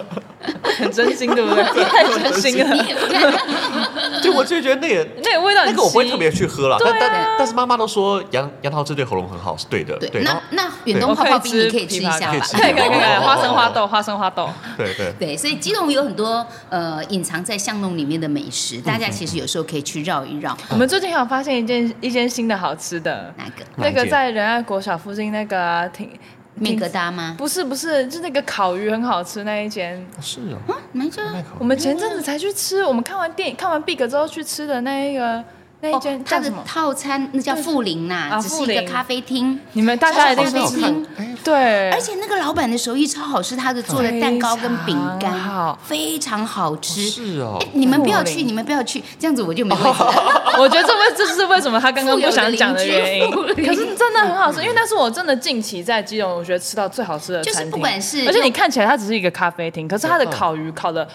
Speaker 3: 很真心对不对？ 太真心了
Speaker 2: 你，也不看
Speaker 1: 对，我就觉得那个
Speaker 3: 那个味道嗯很
Speaker 1: 那个我不会
Speaker 3: 奇
Speaker 1: 特别去喝啦，但
Speaker 3: 对啊
Speaker 1: 但但是妈妈都说杨杨桃汁对喉咙很好，是对的，
Speaker 2: 对，
Speaker 1: 然
Speaker 2: 那
Speaker 1: 后
Speaker 2: 那远东
Speaker 3: 我
Speaker 2: 泡
Speaker 3: 可以
Speaker 2: 泡冰你可以
Speaker 3: 枇
Speaker 2: 吃一
Speaker 3: 杷
Speaker 2: 下
Speaker 1: 可以
Speaker 2: 吧
Speaker 1: 吃。
Speaker 3: 可以可以可以，
Speaker 1: 哦
Speaker 3: 花生花豆花生花豆，
Speaker 1: 对对
Speaker 2: 对，所以基隆有很多呃隐藏在巷弄里面的美
Speaker 1: 嗯
Speaker 2: 食，大家其实有时候可以去绕一绕。
Speaker 3: 我们最近还有发现一件一间新的好吃的，
Speaker 2: 哪个
Speaker 1: 哪
Speaker 3: 那
Speaker 1: 一
Speaker 3: 个
Speaker 1: 间
Speaker 3: 在仁爱国小附近那个啊挺、
Speaker 2: 面疙瘩吗？
Speaker 3: 不是不是，就那个烤鱼很好吃那一间。
Speaker 1: 是哦，
Speaker 2: 没啊错，
Speaker 1: 麦口
Speaker 3: 嗯啊我们前阵子才去吃，我们看完电影看完 Big 之后去吃的那一个那一间、
Speaker 2: 哦它
Speaker 3: 叫
Speaker 2: 的
Speaker 3: 什么？
Speaker 2: 套餐那叫富林呐，
Speaker 3: 啊
Speaker 2: 只是一
Speaker 3: 富
Speaker 2: 个
Speaker 3: 林
Speaker 2: 咖啡厅。
Speaker 3: 你们大家一定
Speaker 2: 哦是
Speaker 3: 是
Speaker 2: 好看
Speaker 1: 哎，
Speaker 3: 对，
Speaker 2: 而且那个老板的手艺超好吃，他的做的蛋糕跟饼
Speaker 3: 非
Speaker 2: 干
Speaker 3: 常好
Speaker 2: 非常好吃。
Speaker 1: 是哦
Speaker 2: 哎，你们不要
Speaker 3: 富
Speaker 2: 去，
Speaker 3: 林
Speaker 2: 你们不要去，这样子我就没位置了。
Speaker 3: 我觉得这为这是为什么他刚刚不想讲的原因。
Speaker 2: 富有的邻 居
Speaker 3: 可是真的很好吃，因为那是我真的近期在基隆，我觉得吃到最好吃的餐厅。
Speaker 2: 就是不管是
Speaker 3: 而且你看起来它只是一个咖啡厅，可是它的烤鱼烤的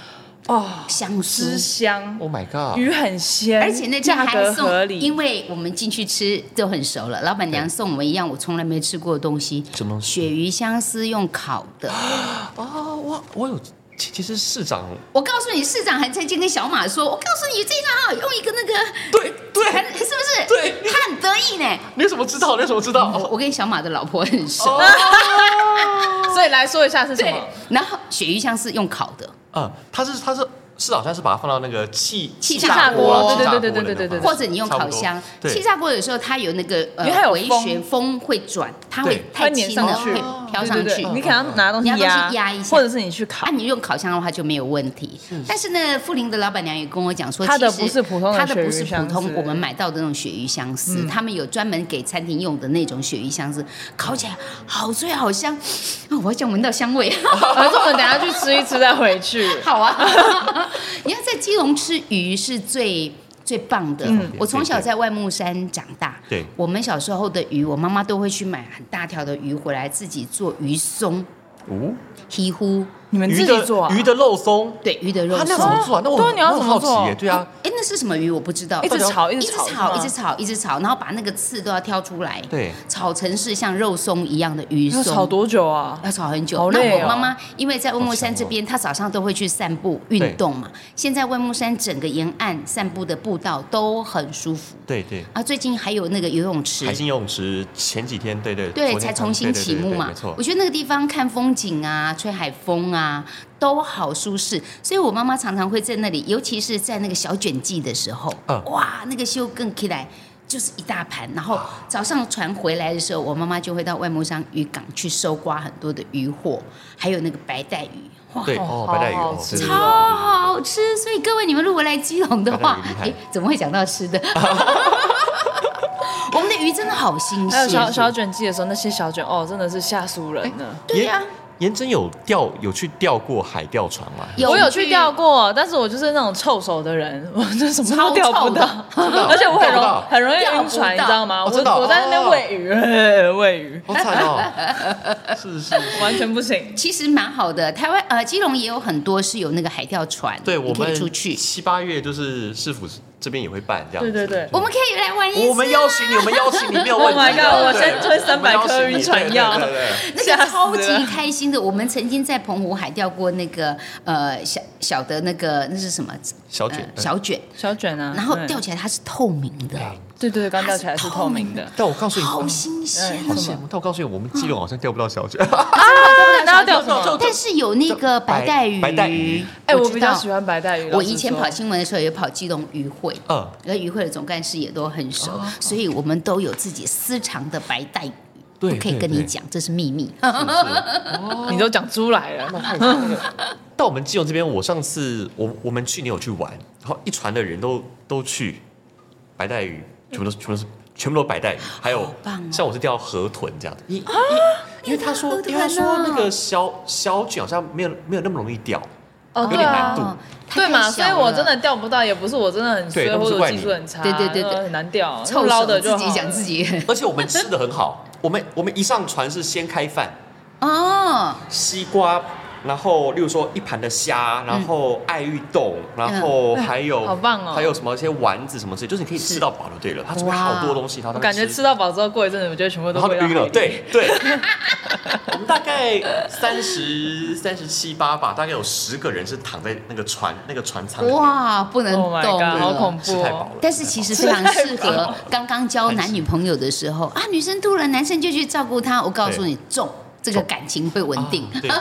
Speaker 3: 哦，
Speaker 2: 香
Speaker 3: 汁
Speaker 2: 酥，
Speaker 3: 香，
Speaker 1: ，Oh my god，
Speaker 3: 鱼很鲜，
Speaker 2: 哦而且那天
Speaker 3: 价
Speaker 2: 还
Speaker 3: 格
Speaker 2: 送
Speaker 3: 合，
Speaker 2: 因
Speaker 3: 理。
Speaker 2: 为我们进去吃就很熟了，老板娘送我们一样我从来没吃过的东西，
Speaker 1: 什么东西
Speaker 2: 鳕鱼香丝用烤的。
Speaker 1: 哦，我我有，其其实市 长
Speaker 2: 我告诉你，市长还曾经跟小马说：“我告诉你，这张啊，用一个那个，对对，是 不是？
Speaker 1: 对
Speaker 2: 他很得意呢。
Speaker 1: 你怎么知道？你怎么知道？
Speaker 2: 我
Speaker 1: 哦
Speaker 2: 我跟小马的老婆很熟，
Speaker 3: 哦所以来说一下是什
Speaker 2: 对
Speaker 3: 么？。
Speaker 2: 然后鳕鱼香是用烤的，
Speaker 1: 嗯，他是他是市长，像是把它放到那个气
Speaker 2: 气
Speaker 1: 炸
Speaker 2: 炸锅
Speaker 1: 气炸
Speaker 3: 对对
Speaker 1: 锅
Speaker 3: 对
Speaker 1: 的
Speaker 3: 对对对对
Speaker 1: 那种
Speaker 2: 或者你用烤箱
Speaker 1: 差不多
Speaker 2: 气
Speaker 1: 对，
Speaker 2: 炸锅，有时候它有那个
Speaker 3: 因为它
Speaker 2: 呃
Speaker 3: 有
Speaker 2: 回
Speaker 3: 风
Speaker 2: 旋风会转，它会
Speaker 1: 对
Speaker 2: 太轻了哦
Speaker 3: 它会
Speaker 2: 会
Speaker 3: 粘上
Speaker 1: 去
Speaker 2: 飘上
Speaker 3: 对嗯
Speaker 2: 去。
Speaker 3: 对你可能要拿东西
Speaker 2: 你要
Speaker 3: 压
Speaker 2: 东西压一下
Speaker 3: 或者是你去烤
Speaker 2: 啊，。你用烤箱的话就没有问题。但是呢，富林的老板娘也跟我讲说，
Speaker 3: 她的
Speaker 2: 其实
Speaker 3: 不是普通的
Speaker 2: 她的
Speaker 3: 鳕鱼
Speaker 2: 不是普
Speaker 3: 香
Speaker 2: 通
Speaker 3: 丝
Speaker 2: 我们买到的那种鳕鱼香丝，他们有专门给餐厅用的那种鳕鱼香丝，烤起来好脆好香，啊，我好想闻到香味。
Speaker 3: 可是我们等一下去吃一吃再回去。
Speaker 2: 好啊， 你要在基隆吃鱼是最。最棒的！
Speaker 3: 嗯
Speaker 2: 我从小在外木山长大，
Speaker 1: 对
Speaker 2: 我们小时候的鱼，我妈妈都会去买很大条的鱼回来自己做鱼松、
Speaker 1: 哦，
Speaker 2: 皮乎，
Speaker 3: 你们自
Speaker 1: 鱼
Speaker 3: 己
Speaker 1: 的
Speaker 3: 做啊？
Speaker 1: 鱼的肉松，
Speaker 2: 对鱼的肉
Speaker 1: 它那怎
Speaker 2: 松。
Speaker 1: 么做啊？那我
Speaker 3: 对啊
Speaker 1: 很
Speaker 3: 你要
Speaker 1: 我很
Speaker 3: 怎么做
Speaker 1: 好奇耶对啊，
Speaker 2: 哎，那是什么鱼？我不知道。
Speaker 3: 一直炒一
Speaker 2: 一
Speaker 3: 直
Speaker 2: 直
Speaker 3: 炒嗯
Speaker 2: 炒，一直
Speaker 3: 是吗
Speaker 2: 炒，一直炒，然后把那个刺都要挑出来，
Speaker 1: 对
Speaker 2: 炒成是像肉松一样的哦鱼
Speaker 3: 要
Speaker 2: 松。
Speaker 3: 炒多久啊？
Speaker 2: 要吵很久。
Speaker 3: 好
Speaker 2: 那
Speaker 3: 累哦
Speaker 2: 我妈妈因为在万木山这边，她早上都会去散步运动嘛。现在万木山整个沿岸散步的步道都很舒服
Speaker 1: 对对。
Speaker 2: 啊。最近还有那个游泳池
Speaker 1: 海，星游泳池前几天，对对
Speaker 2: 对，
Speaker 1: 昨天
Speaker 2: 才
Speaker 1: 刚
Speaker 2: 重新
Speaker 1: 对对
Speaker 2: 启
Speaker 1: 对
Speaker 2: 幕
Speaker 1: 对
Speaker 2: 嘛
Speaker 1: 没错。
Speaker 2: 我，觉得那个地方看风景啊，吹海风啊，都好舒适。所以我妈妈常常会在那里，尤其是在那个小卷季的时候，
Speaker 1: 嗯
Speaker 2: 哇，那个修更起来。就是一大盘，然后
Speaker 1: 啊
Speaker 2: 早上船回来的时候，我妈妈就会到外木山渔港去收刮很多的渔获，还有那个白带鱼，哇，
Speaker 1: 对
Speaker 3: 哦
Speaker 1: 哦，白带鱼
Speaker 3: 好
Speaker 1: 哦
Speaker 3: 好，吃
Speaker 1: 对对
Speaker 2: 超
Speaker 1: 对
Speaker 2: 好吃！所以各位，你们如果来基隆的话
Speaker 1: 那很厉，害
Speaker 2: 哎，怎么会讲到吃 的？ 我们的鱼真的好新
Speaker 3: 还有
Speaker 2: 鲜，
Speaker 3: 小小卷季的时候，那些小卷哦，真的是吓死人了。
Speaker 2: 对呀、
Speaker 1: 颜真有钓有去钓过海钓船吗？
Speaker 3: 我有去钓过，但是我就是那种臭手的人， 我就什么都钓不到
Speaker 2: 超，
Speaker 3: 而且我很
Speaker 1: 钓不
Speaker 3: 容
Speaker 1: 到
Speaker 3: 很容易
Speaker 2: 钓
Speaker 3: 晕
Speaker 2: 不
Speaker 3: 船，你
Speaker 2: 到
Speaker 3: 知道吗？
Speaker 1: 哦真的哦
Speaker 3: 我我在那边喂鱼，嘿喂鱼
Speaker 1: 好惨哦！ 是是，
Speaker 3: 完全不行。
Speaker 2: 其实蛮好的。台湾呃，基隆也有很多是有那个海钓船，
Speaker 1: 对
Speaker 2: 你
Speaker 1: 我
Speaker 2: 可以
Speaker 1: 们
Speaker 2: 出去，
Speaker 1: 七八月就是市府这边也会办这样
Speaker 3: 对
Speaker 1: 子。
Speaker 3: 对对，
Speaker 2: 我们可以来玩一次啊。
Speaker 1: 我们邀请你，我们邀请你，没有
Speaker 3: Oh
Speaker 1: 问题的。
Speaker 3: my god，我
Speaker 1: 对
Speaker 3: 先吞300
Speaker 1: 我们邀请
Speaker 3: 颗晕
Speaker 1: 你
Speaker 3: 船
Speaker 1: 对
Speaker 3: 药
Speaker 1: 对对对对
Speaker 2: 那
Speaker 3: 吓
Speaker 2: 个
Speaker 3: 死
Speaker 2: 超级
Speaker 3: 了
Speaker 2: 开心的。我们曾经在澎湖海钓过那个呃小小的那个那是什么
Speaker 1: 小哎卷
Speaker 2: 呃小卷，
Speaker 3: 小卷啊，
Speaker 2: 然后
Speaker 3: 对
Speaker 2: 吊起来它是透明的，
Speaker 3: 对对，对刚钓起来是透明的，
Speaker 1: 但我告诉你，
Speaker 2: 好
Speaker 1: 嗯
Speaker 2: 新
Speaker 3: 哎
Speaker 2: 鲜
Speaker 1: 好
Speaker 2: 哦。
Speaker 1: 羡慕。但我告诉你，我们基隆好像钓不到小 卷。
Speaker 3: 啊，那要钓什么？
Speaker 2: 但是有那个白带鱼，
Speaker 1: 白带鱼
Speaker 3: 哎，我
Speaker 2: 知
Speaker 3: 比较
Speaker 2: 道
Speaker 3: 喜欢白带鱼。
Speaker 2: 我
Speaker 3: 老实
Speaker 2: 以前
Speaker 3: 说
Speaker 2: 跑新闻的时候也跑基隆渔会，
Speaker 1: 嗯
Speaker 2: 而渔会的总干事也都很熟，
Speaker 3: 哦
Speaker 2: 所以我们都有自己私藏的白带鱼。
Speaker 1: 对
Speaker 2: 不可以
Speaker 1: 对
Speaker 2: 跟你
Speaker 1: 对
Speaker 2: 讲，这是秘密。
Speaker 3: 哦你都讲出来了，
Speaker 1: 到我们基隆这边，我上次我我们去年有去玩，然后一船的人都都去白带鱼，全部都全部都是全部都是白带鱼，还有、
Speaker 2: 好棒哦
Speaker 1: 像我是钓河豚这样子，因因因为他说
Speaker 2: 河，
Speaker 1: 因
Speaker 2: 豚
Speaker 1: 为他说
Speaker 2: 啊
Speaker 1: 那个小小卷好像没有没有那么容易钓，
Speaker 3: 哦
Speaker 1: 有
Speaker 3: 对
Speaker 1: 点难度
Speaker 3: 啊。
Speaker 2: 哦
Speaker 3: 对嘛，
Speaker 2: 太
Speaker 3: 所
Speaker 2: 小
Speaker 3: 以我
Speaker 2: 了
Speaker 3: 真的钓不到，也不是我真的很
Speaker 1: 对
Speaker 3: 衰
Speaker 1: 那不
Speaker 3: 或
Speaker 1: 是
Speaker 3: 者我
Speaker 1: 怪
Speaker 3: 技
Speaker 1: 你
Speaker 3: 术很差，
Speaker 2: 对对对对
Speaker 3: 那很难钓，
Speaker 2: 臭
Speaker 3: 用捞
Speaker 2: 手
Speaker 3: 的就
Speaker 2: 自
Speaker 3: 好
Speaker 2: 己讲自己
Speaker 1: 而且我们吃的很好，我们我们一上船是先开饭，
Speaker 2: 哦，
Speaker 1: 西瓜。然后，例如说一盘的虾，然后爱玉冻，然后还有、
Speaker 3: 好棒哦
Speaker 1: 还有什么一些丸子什么之类，就是你可以吃到饱就对了。它准备好多东西，它
Speaker 3: 我感觉吃到饱之后，过一阵子我觉得全部都
Speaker 1: 然后
Speaker 3: 会
Speaker 1: 就晕了，对对。我们大概三十三十七八吧，大概有十个人是躺在那个船那个船舱里面，
Speaker 2: 哇，不能
Speaker 3: Oh my
Speaker 2: 动
Speaker 3: god，好
Speaker 2: 了
Speaker 3: 恐怖
Speaker 1: 吃太饱了。
Speaker 2: 但是其实非常 适合刚刚交男女朋友的时候啊，女生吐了，男生就去照顾她。我告诉你，重这个感情会稳定
Speaker 1: 啊，对对对对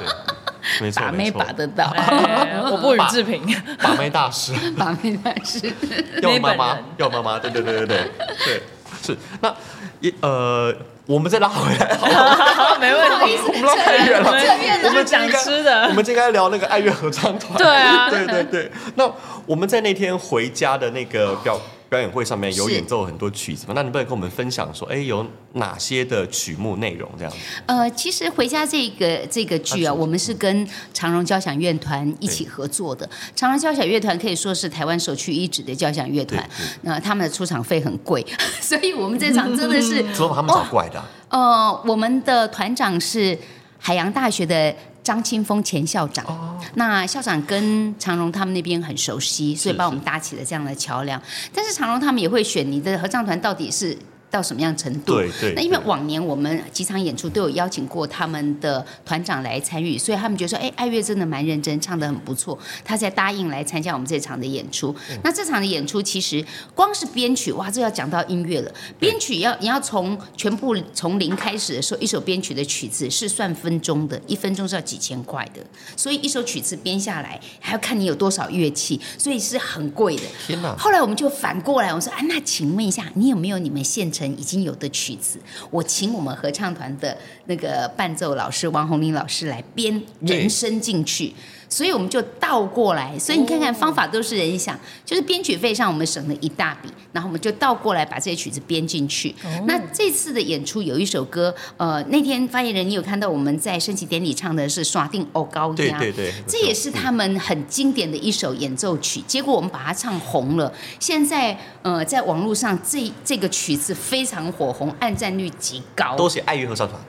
Speaker 1: 对，没错
Speaker 2: 把妹
Speaker 1: 啊没错
Speaker 2: 把，得到，
Speaker 3: 哎我不予置评。
Speaker 1: 把妹大师，
Speaker 2: 把妹那是。
Speaker 1: 要妈
Speaker 3: 妹本
Speaker 1: 妈
Speaker 3: 人
Speaker 1: 要妈妈，对对对对对对，是那一呃，我们再拉回来好了。
Speaker 3: 没问题，
Speaker 1: 我 们拉太远了，
Speaker 3: 我们讲吃的
Speaker 1: 我们今天应该聊那个爱乐合唱团。
Speaker 3: 对啊
Speaker 1: 对对对。那我们在那天回家的那个表表演会上面有
Speaker 2: 是
Speaker 1: 演奏很多曲子嘛？那你不能跟我们分享说，哎，有哪些的曲目内容这样子？
Speaker 2: 呃，其实《回家》这个这个剧啊，
Speaker 1: 啊是
Speaker 2: 我们是跟长荣交响乐团一起合作的。长荣交响乐团可以说是台湾首屈一指的交响乐团
Speaker 1: 对对，
Speaker 2: 那他们的出场费很贵， 所以我们这场真的 是
Speaker 1: 怎么把他们找过来的啊、
Speaker 2: 呃，我们的团长是海洋大学的张清峰前校长。
Speaker 1: 哦
Speaker 2: 那校长跟长荣他们那边很熟悉，所以
Speaker 1: 是
Speaker 2: 帮我们搭起了这样的桥梁。但是长荣他们也会选你的合唱团到底是。到什么样程度？
Speaker 1: 对对
Speaker 2: 那因为
Speaker 1: 对
Speaker 2: 往年我们几场演出都有邀请过他们的团长来参与，所以他们觉得说，哎，爱乐真的蛮认真，唱得很不错，他才答应来参加我们这场的演出。
Speaker 1: 嗯
Speaker 2: 那这场的演出其实光是编曲，哇，这要讲到音乐了。编曲要你要从全部从零开始的时候，一首编曲的曲子是算分钟的，一分钟是要几千块的，所以一首曲子编下来还要看你有多少乐器，所以是很贵的。
Speaker 1: 天哪！
Speaker 2: 后来我们就反过来，我说啊，那请问一下，你有没有你们现成已经有的曲子，我请我们合唱团的那个伴奏老师王红林老师来编人声进去，所以我们就倒过来。所以你看看方法都是人想，就是编曲费上我们省了一大笔，然后我们就倒过来把这些曲子编进去。
Speaker 1: 哦
Speaker 2: 那这次的演出有一首歌，呃，那天发言人你有看到我们在升旗典礼唱的是《耍定欧高压》，
Speaker 1: 对对对
Speaker 2: 这也
Speaker 1: 嗯
Speaker 2: 是他们很经典的一首演奏曲。结果我们把它唱红了，现在呃，在网络上这这个曲子非常火红，按赞率极高，
Speaker 1: 都写爱乐合唱团，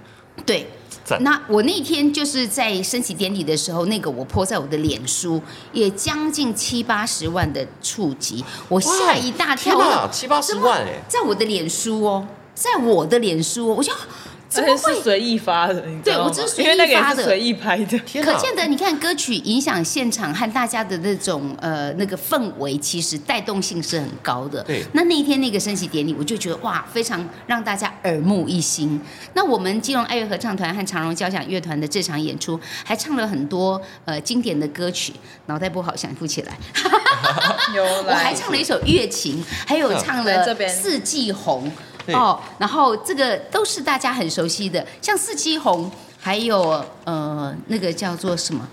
Speaker 2: 对
Speaker 1: 赞。
Speaker 2: 那我那天就是在升旗典礼的时候，那个我泼在我的脸书，也将近七八十万的触及，我吓一大跳。
Speaker 1: 哇天
Speaker 2: 我
Speaker 1: 哪七八十万哎
Speaker 2: 在我的脸书哦，在我的脸书、哦，我就怎
Speaker 3: 而
Speaker 2: 么
Speaker 3: 且
Speaker 2: 会
Speaker 3: 是随意发的，你知
Speaker 2: 对
Speaker 3: 道吗
Speaker 2: 我这是随意
Speaker 3: 因为那个
Speaker 2: 发
Speaker 3: 也
Speaker 2: 的
Speaker 3: 是随意拍的。
Speaker 1: 天
Speaker 2: 可
Speaker 1: 哪！
Speaker 2: 见得，你看歌曲影响现场和大家的那种呃那个氛围，其实带动性是很高的。
Speaker 1: 对
Speaker 2: 那那一天那个升旗典礼，我就觉得哇，非常让大家耳目一新。那我们基隆爱乐合唱团和长荣交响乐团的这场演出，还唱了很多呃经典的歌曲，脑袋不好想不起来。
Speaker 3: 有
Speaker 2: 我还唱了一首《月琴》，还有唱
Speaker 3: 来
Speaker 2: 了
Speaker 3: 这
Speaker 2: 《
Speaker 3: 边
Speaker 2: 四季红》
Speaker 1: 嗯对
Speaker 2: 哦，然后这个都是大家很熟悉的，像《四季红》，还有呃那个叫做什么？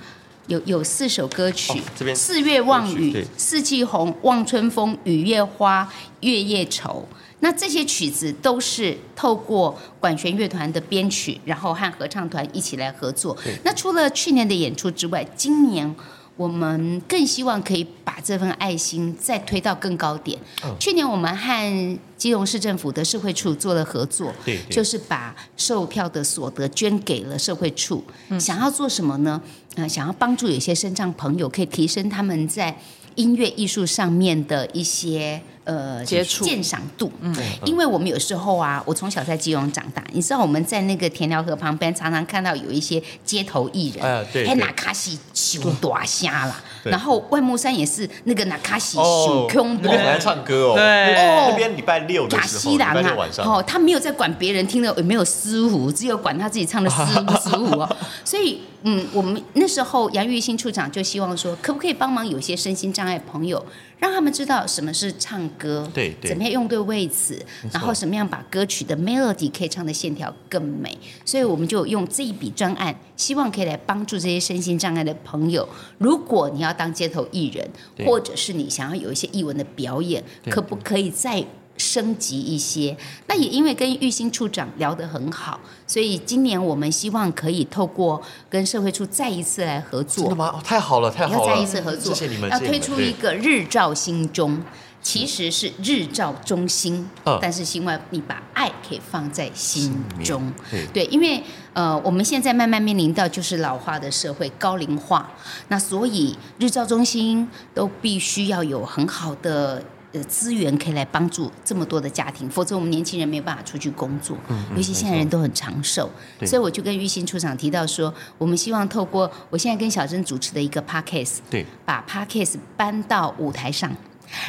Speaker 2: 有有四首歌曲，
Speaker 1: 哦这边
Speaker 2: 四月望
Speaker 1: 歌曲
Speaker 2: 雨
Speaker 1: 对、
Speaker 2: 四季红、望春风、雨夜花、月夜愁。那这些曲子都是透过管弦乐团的编曲，然后和合唱团一起来合作。那除了去年的演出之外，今年我们更希望可以把这份爱心再推到更高点。
Speaker 1: 嗯
Speaker 2: 去年我们和基隆市政府的社会处做了合作，
Speaker 1: 对对
Speaker 2: 就是把售票的所得捐给了社会处，
Speaker 1: 嗯
Speaker 2: 想要做什么呢？呃，想要帮助有些身障朋友可以提升他们在音乐艺术上面的一些呃
Speaker 3: 接触
Speaker 2: 鉴赏度。嗯，因为我们有时候啊，我从小在基隆长大，你知道我们在那个田寮河旁边常常看到有一些街头艺人，
Speaker 1: 哎对
Speaker 2: 哎，
Speaker 1: 对
Speaker 2: 那卡西修大虾啦，
Speaker 1: 对
Speaker 2: 然后外木山也是那个那卡西修
Speaker 1: 哦，
Speaker 2: 恐
Speaker 1: 那边很爱唱歌哦。
Speaker 3: 对
Speaker 1: 那那边礼拜六的
Speaker 2: 假
Speaker 1: 时
Speaker 2: 西
Speaker 1: 候，礼
Speaker 2: 郎
Speaker 1: 拜六
Speaker 2: 啊
Speaker 1: 晚，上，
Speaker 2: 哦，他没有在管别人听了有没有舒服，只有管他自己唱的 舒不舒 服哦。所以，嗯，我们那时候杨玉新处长就希望说，可不可以帮忙有些身心障碍朋友，让他们知道什么是唱歌，
Speaker 1: 对对
Speaker 2: 怎么样用对位置，然后什么样把歌曲的 melody 可以唱的线条更美。所以，我们就用这一笔专案，希望可以来帮助这些身心障碍的朋友。如果你要当街头艺人，
Speaker 1: 对
Speaker 2: 或者是你想要有一些艺文的表演，可不可以再升级一些？那也因为跟玉兴处长聊得很好，所以今年我们希望可以透过跟社会处再一次来合
Speaker 1: 真的
Speaker 2: 作，
Speaker 1: 吗？哦，太好了，太
Speaker 2: 要
Speaker 1: 好了！
Speaker 2: 再一次合作，
Speaker 1: 谢谢你们，
Speaker 2: 要
Speaker 1: 谢谢你
Speaker 2: 推
Speaker 1: 们
Speaker 2: 出
Speaker 1: 对
Speaker 2: 一个日照心中。其实是日照中心，
Speaker 1: 嗯
Speaker 2: 但是希望你把爱可以放在心中。
Speaker 1: 对
Speaker 2: 对，因为呃，我们现在慢慢面临到就是老化的社会，高龄化，那所以日照中心都必须要有很好的。呃，资源可以来帮助这么多的家庭，否则我们年轻人没有办法出去工作，尤其现在人都很长寿，
Speaker 1: 对
Speaker 2: 所以我就跟玉兴处长提到说，我们希望透过我现在跟小珍主持的一个 podcast，
Speaker 1: 对
Speaker 2: 把 podcast 搬到舞台上，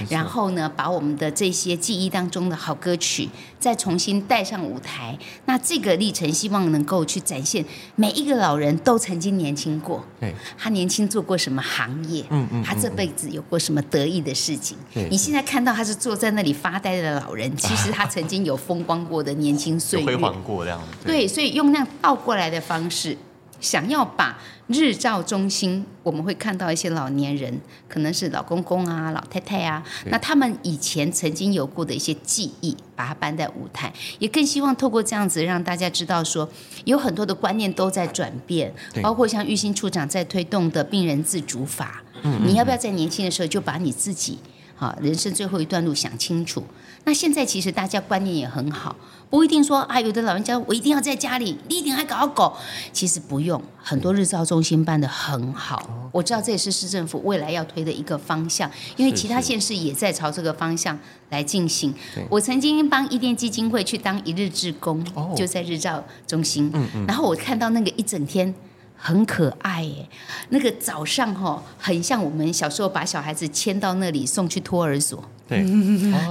Speaker 2: 然后呢，把我们的这些记忆当中的好歌曲再重新带上舞台。那这个历程，希望能够去展现每一个老人都曾经年轻过，
Speaker 1: 对
Speaker 2: 他年轻做过什么行业，
Speaker 1: 嗯嗯
Speaker 2: 他这辈子有过什么得意的事情
Speaker 1: 对。
Speaker 2: 你现在看到他是坐在那里发呆的老人，其实他曾经有风光过的年轻岁
Speaker 1: 有辉
Speaker 2: 月。
Speaker 1: 煌过这样子。
Speaker 2: 对，所以用那样倒过来的方式，想要把日照中心，我们会看到一些老年人，可能是老公公啊、老太太啊，那他们以前曾经有过的一些记忆，把它搬在舞台，也更希望透过这样子让大家知道说，有很多的观念都在转变，
Speaker 1: 对
Speaker 2: 包括像玉兴处长在推动的病人自主法，
Speaker 1: 嗯
Speaker 2: 你要不要在年轻的时候就把你自己？啊，人生最后一段路想清楚。那现在其实大家观念也很好，不一定说啊，有的老人家我一定要在家里，你一定还搞狗。其实不用，很多日照中心办得很
Speaker 1: 哦
Speaker 2: 好。我知道这也是市政府未来要推的一个方向，因为
Speaker 1: 是
Speaker 2: 其他
Speaker 1: 是
Speaker 2: 县市也在朝这个方向来进行。我曾经帮伊甸基金会去当一日志工，
Speaker 1: 哦
Speaker 2: 就在日照中心。然后我看到那个一整天。很可爱耶，那个早上哈、哦，很像我们小时候把小孩子牵到那里送去托儿所，
Speaker 1: 对，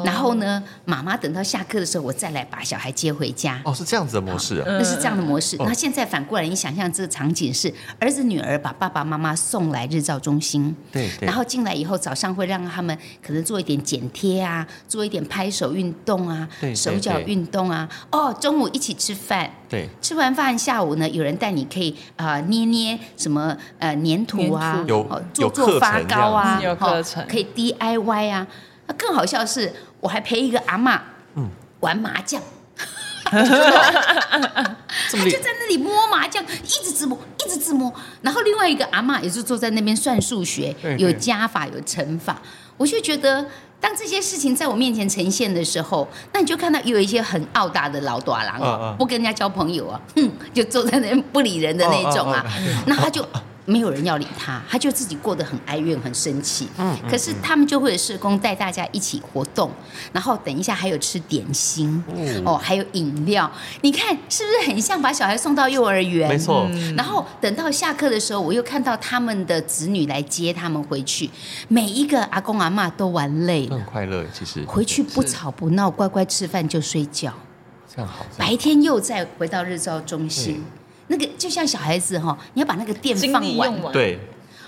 Speaker 2: 然后呢，妈妈等到下课的时候，我再来把小孩接回家。
Speaker 1: 哦，是这样子的模式啊。
Speaker 2: 那是这样的模式。那现在反过来，你想象这个场景是儿子女儿把爸爸妈妈送来日照中心，
Speaker 1: 对对
Speaker 2: 然后进来以后，早上会让他们可能做一点剪贴啊，做一点拍手运动啊
Speaker 1: 对，对
Speaker 2: 手脚
Speaker 1: 对
Speaker 2: 运动啊。哦，中午一起吃饭，
Speaker 1: 对，
Speaker 2: 吃完饭下午呢，有人带你可以啊、呃捏捏什么呃粘土啊，
Speaker 3: 粘
Speaker 1: 土有
Speaker 2: 哦
Speaker 1: 有
Speaker 2: 做
Speaker 1: 课
Speaker 2: 做
Speaker 1: 程
Speaker 2: 发糕啊，
Speaker 3: 这样子有课程
Speaker 2: 哦可以 DIY 啊。那更好笑的是，我还陪一个阿嬷
Speaker 1: 嗯
Speaker 2: 玩麻将。
Speaker 1: 这么
Speaker 2: 他
Speaker 1: 厉
Speaker 2: 就在那里摸麻将，一直直摸，一直直摸。然后另外一个阿嬷也是坐在那边算数学
Speaker 1: 对，对
Speaker 2: 有加法，有乘法。我就觉得，当这些事情在我面前呈现的时候，那你就看到有一些很傲大的老短郎
Speaker 1: 嗯
Speaker 2: 啊
Speaker 1: 嗯，
Speaker 2: 不跟人家交朋友啊，哼，就坐在那边不理人的那种啊
Speaker 1: 嗯。
Speaker 2: 那他就没有人要理他，他就自己过得很哀怨、很生气。
Speaker 1: 嗯
Speaker 2: 可是他们就会有社工带大家一起活动，然后等一下还有吃点心，
Speaker 1: 嗯
Speaker 2: 哦，还有饮料。你看是不是很像把小孩送到幼儿园？嗯
Speaker 1: 没错，
Speaker 2: 然后等到下课的时候，我又看到他们的子女来接他们回去，每一个阿公阿嬷都玩累
Speaker 1: 那
Speaker 2: 了，
Speaker 1: 很快乐其实。
Speaker 2: 回去不吵不闹，乖乖吃饭就睡觉，
Speaker 1: 这样好，这样
Speaker 2: 白天又再回到日照中
Speaker 1: 嗯
Speaker 2: 心。那个就像小孩子哈、你要把那个电
Speaker 3: 精力
Speaker 2: 放完
Speaker 3: 用，完，
Speaker 1: 对，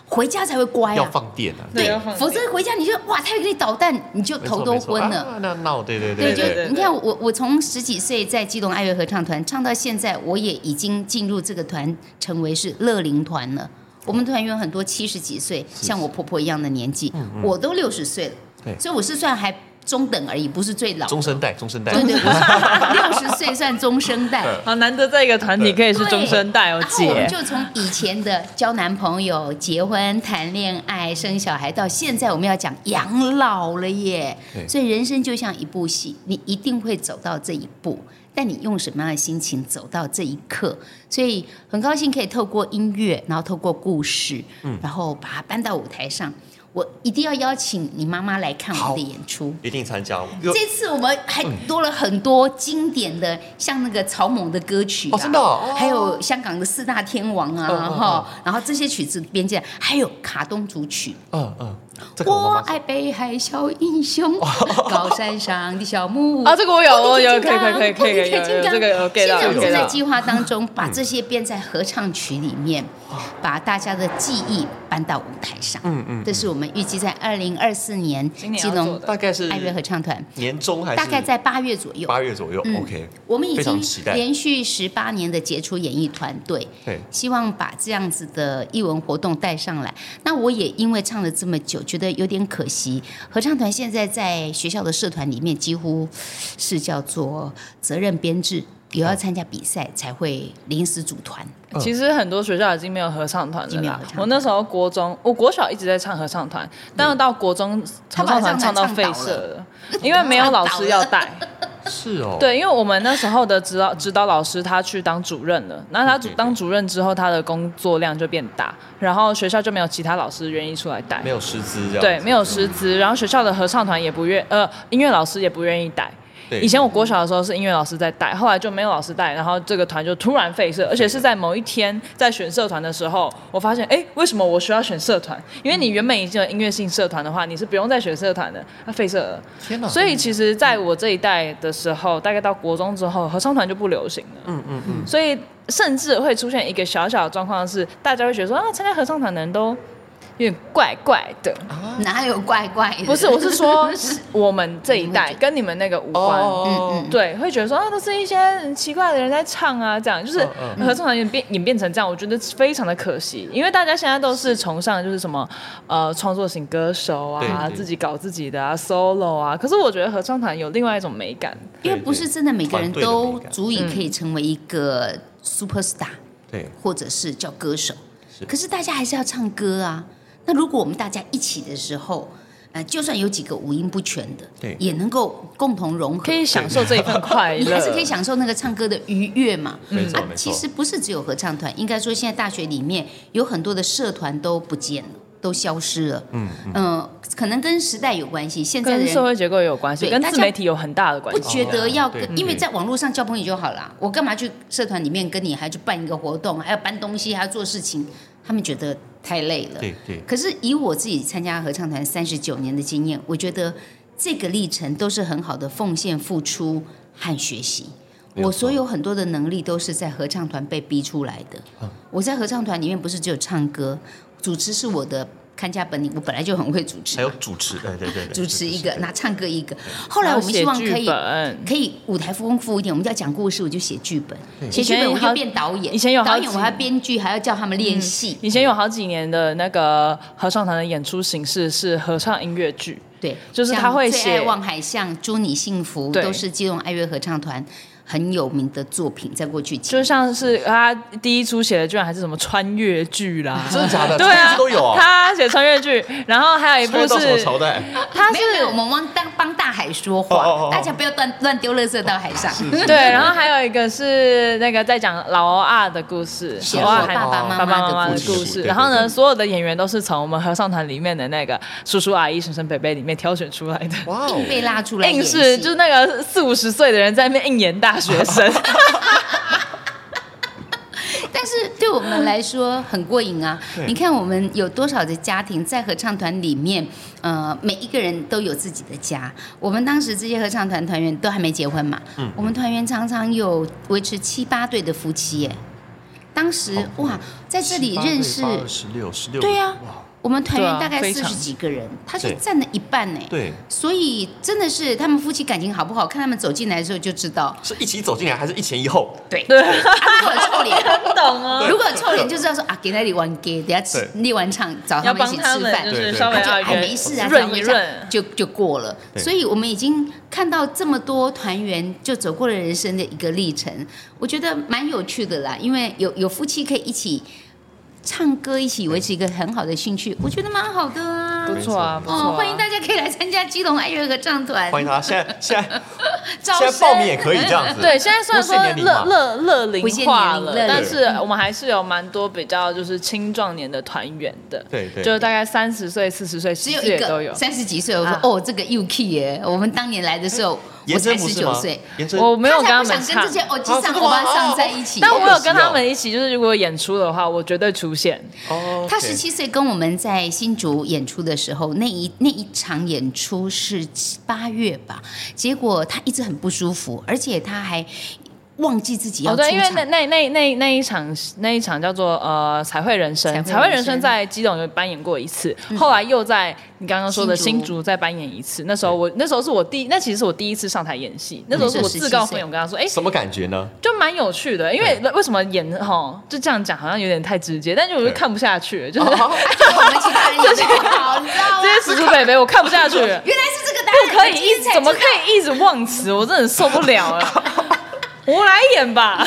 Speaker 2: 回家才会乖
Speaker 1: 要
Speaker 2: 啊。
Speaker 1: 放电啊，
Speaker 3: 对
Speaker 2: 对
Speaker 3: 要放，
Speaker 2: 否则回家你就哇，他有给你捣蛋，你就
Speaker 1: 没错
Speaker 2: 头都
Speaker 1: 没错
Speaker 2: 昏了。
Speaker 1: 啊那闹，对对对
Speaker 2: 对，就
Speaker 1: 对，
Speaker 2: 你看我，我从十几岁在基隆爱乐合唱团唱到现在，我也已经进入这个团，成为是乐龄团了。我们团员很多七十几岁，像我婆婆一样的年纪，我都六十岁了，
Speaker 1: 对
Speaker 2: 所以我是算还中等而已，不是最老。
Speaker 1: 中生代，中生代
Speaker 2: 对，对，我是六十岁算中生代。
Speaker 3: 好难得在一个团体可以是中生代哦，
Speaker 2: 然后我们
Speaker 3: 姐，
Speaker 2: 就从以前的交男朋友、结婚、谈恋爱、生小孩，到现在我们要讲养老了耶
Speaker 1: 对。
Speaker 2: 所以人生就像一部戏，你一定会走到这一步，但你用什么样的心情走到这一刻？所以很高兴可以透过音乐，然后透过故事，
Speaker 1: 嗯
Speaker 2: 然后把它搬到舞台上。我一定要邀请你妈妈来看我
Speaker 1: 好
Speaker 2: 的演出。
Speaker 1: 一定参加。有
Speaker 2: 这次我们还多了很多经典的，像那个草蜢的歌曲、啊
Speaker 1: 哦真的哦哦
Speaker 2: 还有香港的四大天王啊，
Speaker 1: 嗯嗯嗯
Speaker 2: 哈、然后这些曲子编进来，还有卡通组曲。
Speaker 1: 嗯嗯，这个我
Speaker 2: 我
Speaker 1: 妈妈
Speaker 2: 爱北海小 英雄，高山上的小木屋
Speaker 3: 啊这个我有
Speaker 2: 我
Speaker 3: 我有可以可以可以可以
Speaker 2: 哦
Speaker 3: 有有这个有 get 到嗯
Speaker 2: 现在我
Speaker 1: 有
Speaker 2: 正
Speaker 1: get
Speaker 2: 在
Speaker 1: 到
Speaker 2: 计划当中，把这些变在合唱曲里面，
Speaker 3: 哦
Speaker 2: 把大家的记忆搬到舞台上。
Speaker 1: 嗯嗯嗯
Speaker 2: 这是我们预计在二零二四年
Speaker 3: 今年
Speaker 2: 基
Speaker 3: 要做
Speaker 2: 隆
Speaker 3: 的
Speaker 1: 大概是
Speaker 2: 爱乐合唱团。
Speaker 1: 年中还是
Speaker 2: 大概在八月左右。
Speaker 1: 八月左右
Speaker 2: 嗯
Speaker 1: ，OK，
Speaker 2: 我们已
Speaker 1: 非常
Speaker 2: 经
Speaker 1: 期待
Speaker 2: 连续十八年的杰出演艺团队，
Speaker 1: 对
Speaker 2: 希望把这样子的艺文活动带上来。那我也因为唱了这么久，觉得有点可惜。合唱团现在在学校的社团里面，几乎是叫做责任编制，有要参加比赛才会临时组团。
Speaker 3: 其实很多学校已经没有合唱团
Speaker 2: 嗯已经
Speaker 3: 了
Speaker 2: 没有
Speaker 3: 啦
Speaker 2: 合唱。团嗯
Speaker 3: 我那时候国中，我国小一直在唱合唱团，但是到国中合唱团唱到废舍了，因为没有老师要 带。
Speaker 1: 是哦，
Speaker 3: 对，因为我们那时候的指导指导老师他去当主任了，那他主当主任之后，他的工作量就变大，然后学校就没有其他老师愿意出来带
Speaker 1: 没。有师资这样子，
Speaker 3: 对，没有师资，然后学校的合唱团也不愿，呃，音乐老师也不愿意带。
Speaker 1: 对，
Speaker 3: 以前我国小的时候是音乐老师在带，后来就没有老师带，然后这个团就突然废社，而且是在某一天在选社团的时候，我发现，哎，为什么我需要选社团？因为你原本已经有音乐性社团的话，你是不用再选社团的，它废社了。
Speaker 1: 天哪，
Speaker 3: 所以其实在我这一代的时候，大概到国中之后，合唱团就不流行了。嗯嗯嗯。所以甚至会出现一个小小的状况是，大家会觉得说啊，参加合唱团的人都有点怪怪的。
Speaker 1: 哦
Speaker 2: 哪有怪怪的？
Speaker 3: 不是，我是 说是我们这一代跟你们那个无关。
Speaker 2: 嗯
Speaker 1: 哦，
Speaker 3: 对，会觉得说啊，都是一些很奇怪的人在唱啊，这样就是
Speaker 1: 嗯嗯
Speaker 3: 合唱团演变演变成这样，我觉得非常的可惜，因为大家现在都是崇尚就是什么呃创作型歌手啊
Speaker 1: 对，对
Speaker 3: 自己搞自己的啊，solo 啊，可是我觉得合唱团有另外一种美感，
Speaker 2: 因为不是真的每个人
Speaker 1: 对对团队的
Speaker 2: 都
Speaker 1: 美感
Speaker 2: 足以可以
Speaker 3: 嗯
Speaker 2: 成为一个 super star。
Speaker 1: 对，
Speaker 2: 或者是叫歌手，可是大家还是要唱歌啊。那如果我们大家一起的时候，呃，就算有几个五音不全的，
Speaker 1: 对
Speaker 2: 也能够共同融合
Speaker 3: 可，以享受这一份快
Speaker 2: 你
Speaker 3: 乐，
Speaker 2: 还是可以享受那个唱歌的愉悦嘛。
Speaker 1: 没错
Speaker 2: 啊
Speaker 1: 没错
Speaker 2: 其实不是只有合唱团，应该说现在大学里面有很多的社团都不见了，都消失了。嗯嗯，可能跟时代有关系，现在的
Speaker 3: 跟社
Speaker 2: 人。
Speaker 3: 会结构有关系，
Speaker 2: 对
Speaker 3: 跟
Speaker 2: 大家
Speaker 3: 自媒体有很大的关
Speaker 2: 不
Speaker 3: 系。
Speaker 2: 觉得要跟
Speaker 1: 哦对，
Speaker 2: 因为
Speaker 1: 对
Speaker 2: 在网络上交朋友就好啦。我干嘛去社团里面跟你还去办一个活动，还要搬东西，还要做事情？他们觉得太累了。
Speaker 1: 对对
Speaker 2: 可是以我自己参加合唱团三十九年的经验，我觉得这个历程都是很好的奉献、付出和学习。
Speaker 1: 没有
Speaker 2: 我
Speaker 1: 错
Speaker 2: 所有很多的能力都是在合唱团被逼出来的。
Speaker 1: 嗯
Speaker 2: 我在合唱团里面不是只有唱歌，主持是我的看家本领，我本来就很会主持
Speaker 1: 还
Speaker 2: 嘛。
Speaker 1: 有主持，对对对，对
Speaker 2: 主持一个，那唱歌一个。后来我们希望可以
Speaker 3: 然后写剧本
Speaker 2: 可以舞台丰富一点，我们就要讲故事，我就写剧本，写
Speaker 3: 以
Speaker 2: 剧
Speaker 3: 前
Speaker 2: 本我
Speaker 3: 还
Speaker 2: 就变导演，
Speaker 3: 以前有好
Speaker 2: 导
Speaker 3: 几
Speaker 2: 演，我还要编剧，还要叫他们练戏。
Speaker 3: 以前有好几年的那个合唱团的演出形式是合唱音乐剧，
Speaker 2: 对，
Speaker 3: 嗯就是他会
Speaker 2: 像
Speaker 3: 写
Speaker 2: 最爱望海巷、祝你幸福，
Speaker 3: 对
Speaker 2: 都是基隆爱乐合唱团很有名的作品，在过去几
Speaker 3: 就像是他第一出写的居然还是什么穿越剧啦，
Speaker 1: 真的假的？
Speaker 3: 对
Speaker 1: 这
Speaker 3: 啊
Speaker 1: 些，都有啊。
Speaker 3: 他写穿越剧，然后还有一
Speaker 1: 穿越
Speaker 3: 部
Speaker 1: 到什么
Speaker 3: 是
Speaker 1: 朝代？
Speaker 3: 他
Speaker 2: 没
Speaker 3: 是
Speaker 2: 有没有，我们帮当帮大海说话，
Speaker 1: 哦哦哦哦
Speaker 2: 大家不要乱乱丢垃圾到海上。
Speaker 3: 对，然后还有一个是那个在讲老二的故事，
Speaker 2: 是
Speaker 3: 老二
Speaker 2: 我爸爸妈
Speaker 3: 爸
Speaker 2: 妈
Speaker 3: 爸妈妈
Speaker 2: 的
Speaker 3: 的
Speaker 2: 故
Speaker 3: 故
Speaker 1: 事
Speaker 3: 事。
Speaker 1: 对
Speaker 3: 然后
Speaker 1: 对对
Speaker 3: 呢，所有的演员都是从我们合唱团里面的那个叔叔阿姨、婶婶伯伯里面挑选出来的。
Speaker 1: 哇哦
Speaker 2: 硬！被拉出来演
Speaker 3: 硬
Speaker 2: 戏，
Speaker 3: 是就是那个四五十岁的人在那边硬演大学生，
Speaker 2: 但是对我们来说很过瘾啊
Speaker 1: 对！
Speaker 2: 你看我们有多少的家庭在合唱团里面，呃，每一个人都有自己的家。我们当时这些合唱团团员都还没结婚嘛，
Speaker 1: 嗯
Speaker 2: 我们团员常常有维持七八对的夫妻耶。当时
Speaker 1: 好
Speaker 2: 哇，在这里认识
Speaker 1: 十六十六，
Speaker 2: 对啊
Speaker 1: 哇，
Speaker 2: 我们团
Speaker 3: 对
Speaker 2: 员
Speaker 3: 啊
Speaker 2: 大概
Speaker 3: 非
Speaker 2: 四
Speaker 3: 常
Speaker 2: 十几个人，他就
Speaker 1: 对
Speaker 2: 占了一半呢。
Speaker 1: 对，
Speaker 2: 所以真的是他们夫妻感情好不好，看他们走进来的时候就知道。
Speaker 1: 是一起走进来还是一前一后？
Speaker 2: 对对，啊如果有臭脸，
Speaker 3: 懂哦，
Speaker 2: 如果有臭脸就知道说啊，给他理完给，等下吃
Speaker 1: 对
Speaker 2: 立完唱，找
Speaker 3: 要
Speaker 2: 他们
Speaker 3: 帮
Speaker 2: 一起
Speaker 3: 他
Speaker 2: 吃
Speaker 3: 们
Speaker 2: 饭
Speaker 3: 就。
Speaker 1: 对
Speaker 3: 是
Speaker 1: 对
Speaker 3: 稍微
Speaker 2: 他就
Speaker 3: 要
Speaker 2: 哎没事啊，
Speaker 3: 润一
Speaker 2: 这样
Speaker 3: 润，
Speaker 2: 就就过了。
Speaker 1: 对
Speaker 2: 所以我们已经看到这么多团员就走过了人生的一个历程，我觉得蛮有趣的啦。因为有有夫妻可以一起唱歌，一起维持一个很好的兴趣，我觉得蛮好的啊
Speaker 3: 不。错啊，不错
Speaker 2: 哦
Speaker 3: 啊，，
Speaker 2: 欢迎大家可以来参加基隆爱乐合唱团，
Speaker 1: 欢迎他，现在现 在
Speaker 2: 招
Speaker 1: 现在
Speaker 2: 生
Speaker 1: 报名也可以这样子。
Speaker 3: 对，现在虽然说
Speaker 1: 不限年龄嘛
Speaker 3: 乐乐乐龄
Speaker 2: 不限
Speaker 3: 化
Speaker 2: 年龄
Speaker 3: 了
Speaker 2: 乐，
Speaker 3: 但
Speaker 1: 龄
Speaker 3: 是我们还是有蛮多比较就是青壮年的团员的，
Speaker 1: 对对
Speaker 3: 就是大概三十岁、四十岁，
Speaker 2: 只
Speaker 3: 其
Speaker 2: 有
Speaker 3: 实也
Speaker 2: 一
Speaker 3: 都有
Speaker 2: 个。三十几岁，我说、
Speaker 3: 啊
Speaker 2: 哦，这个 UK 耶，我们当年来的时候，我
Speaker 1: 延
Speaker 2: 才
Speaker 1: 伸不
Speaker 2: 十
Speaker 1: 是
Speaker 2: 九
Speaker 1: 吗
Speaker 2: 岁，？
Speaker 1: 延伸
Speaker 3: 我没有跟
Speaker 2: 他
Speaker 3: 他
Speaker 2: 才
Speaker 3: 们
Speaker 2: 不想
Speaker 3: 唱
Speaker 2: 跟这，些欧吉
Speaker 1: 啊真
Speaker 2: 上
Speaker 1: 的
Speaker 2: 欧巴
Speaker 1: 吗哦
Speaker 2: 上
Speaker 1: 哦
Speaker 2: 在一起。
Speaker 3: 但我有
Speaker 1: 可惜
Speaker 3: 跟他
Speaker 1: 哦
Speaker 3: 们一起，就是如果演出的话，我绝对出现。
Speaker 1: 哦，
Speaker 2: 他十七岁跟我们在新竹演出的时候，那一那一场演出是八月吧，结果他一直很不舒服，而且他还忘记自己要
Speaker 3: 哦，
Speaker 2: 出场。
Speaker 3: 对，因为那那那那那一场那一场叫做呃彩绘人生，
Speaker 2: 彩绘人生嗯
Speaker 3: 彩绘人生在基隆有扮演过一次，后来又在你刚刚说的
Speaker 2: 新
Speaker 3: 新
Speaker 2: 竹
Speaker 3: 竹再扮演一次。那时候我那时候是我第那其实是我第一次上台演戏，那时候
Speaker 2: 嗯
Speaker 3: 是我自告奋勇跟他说，哎，
Speaker 1: 什么感觉 呢？
Speaker 3: 就蛮有趣的，因为为什么演哈就这样讲好像有点太直接，但是我就看不下去了，就是
Speaker 1: 哦
Speaker 2: 就我们其他人也不好，你知道吗？
Speaker 3: 这些叔叔伯伯我看不下去 了，
Speaker 2: 原来是这个答
Speaker 3: 不
Speaker 2: 案，
Speaker 3: 可以
Speaker 2: 我今
Speaker 3: 一
Speaker 2: 天
Speaker 3: 直
Speaker 2: 才
Speaker 3: 怎么
Speaker 2: 知
Speaker 3: 可
Speaker 2: 道
Speaker 3: 以一直忘词，我真的受不了 了。我来演吧，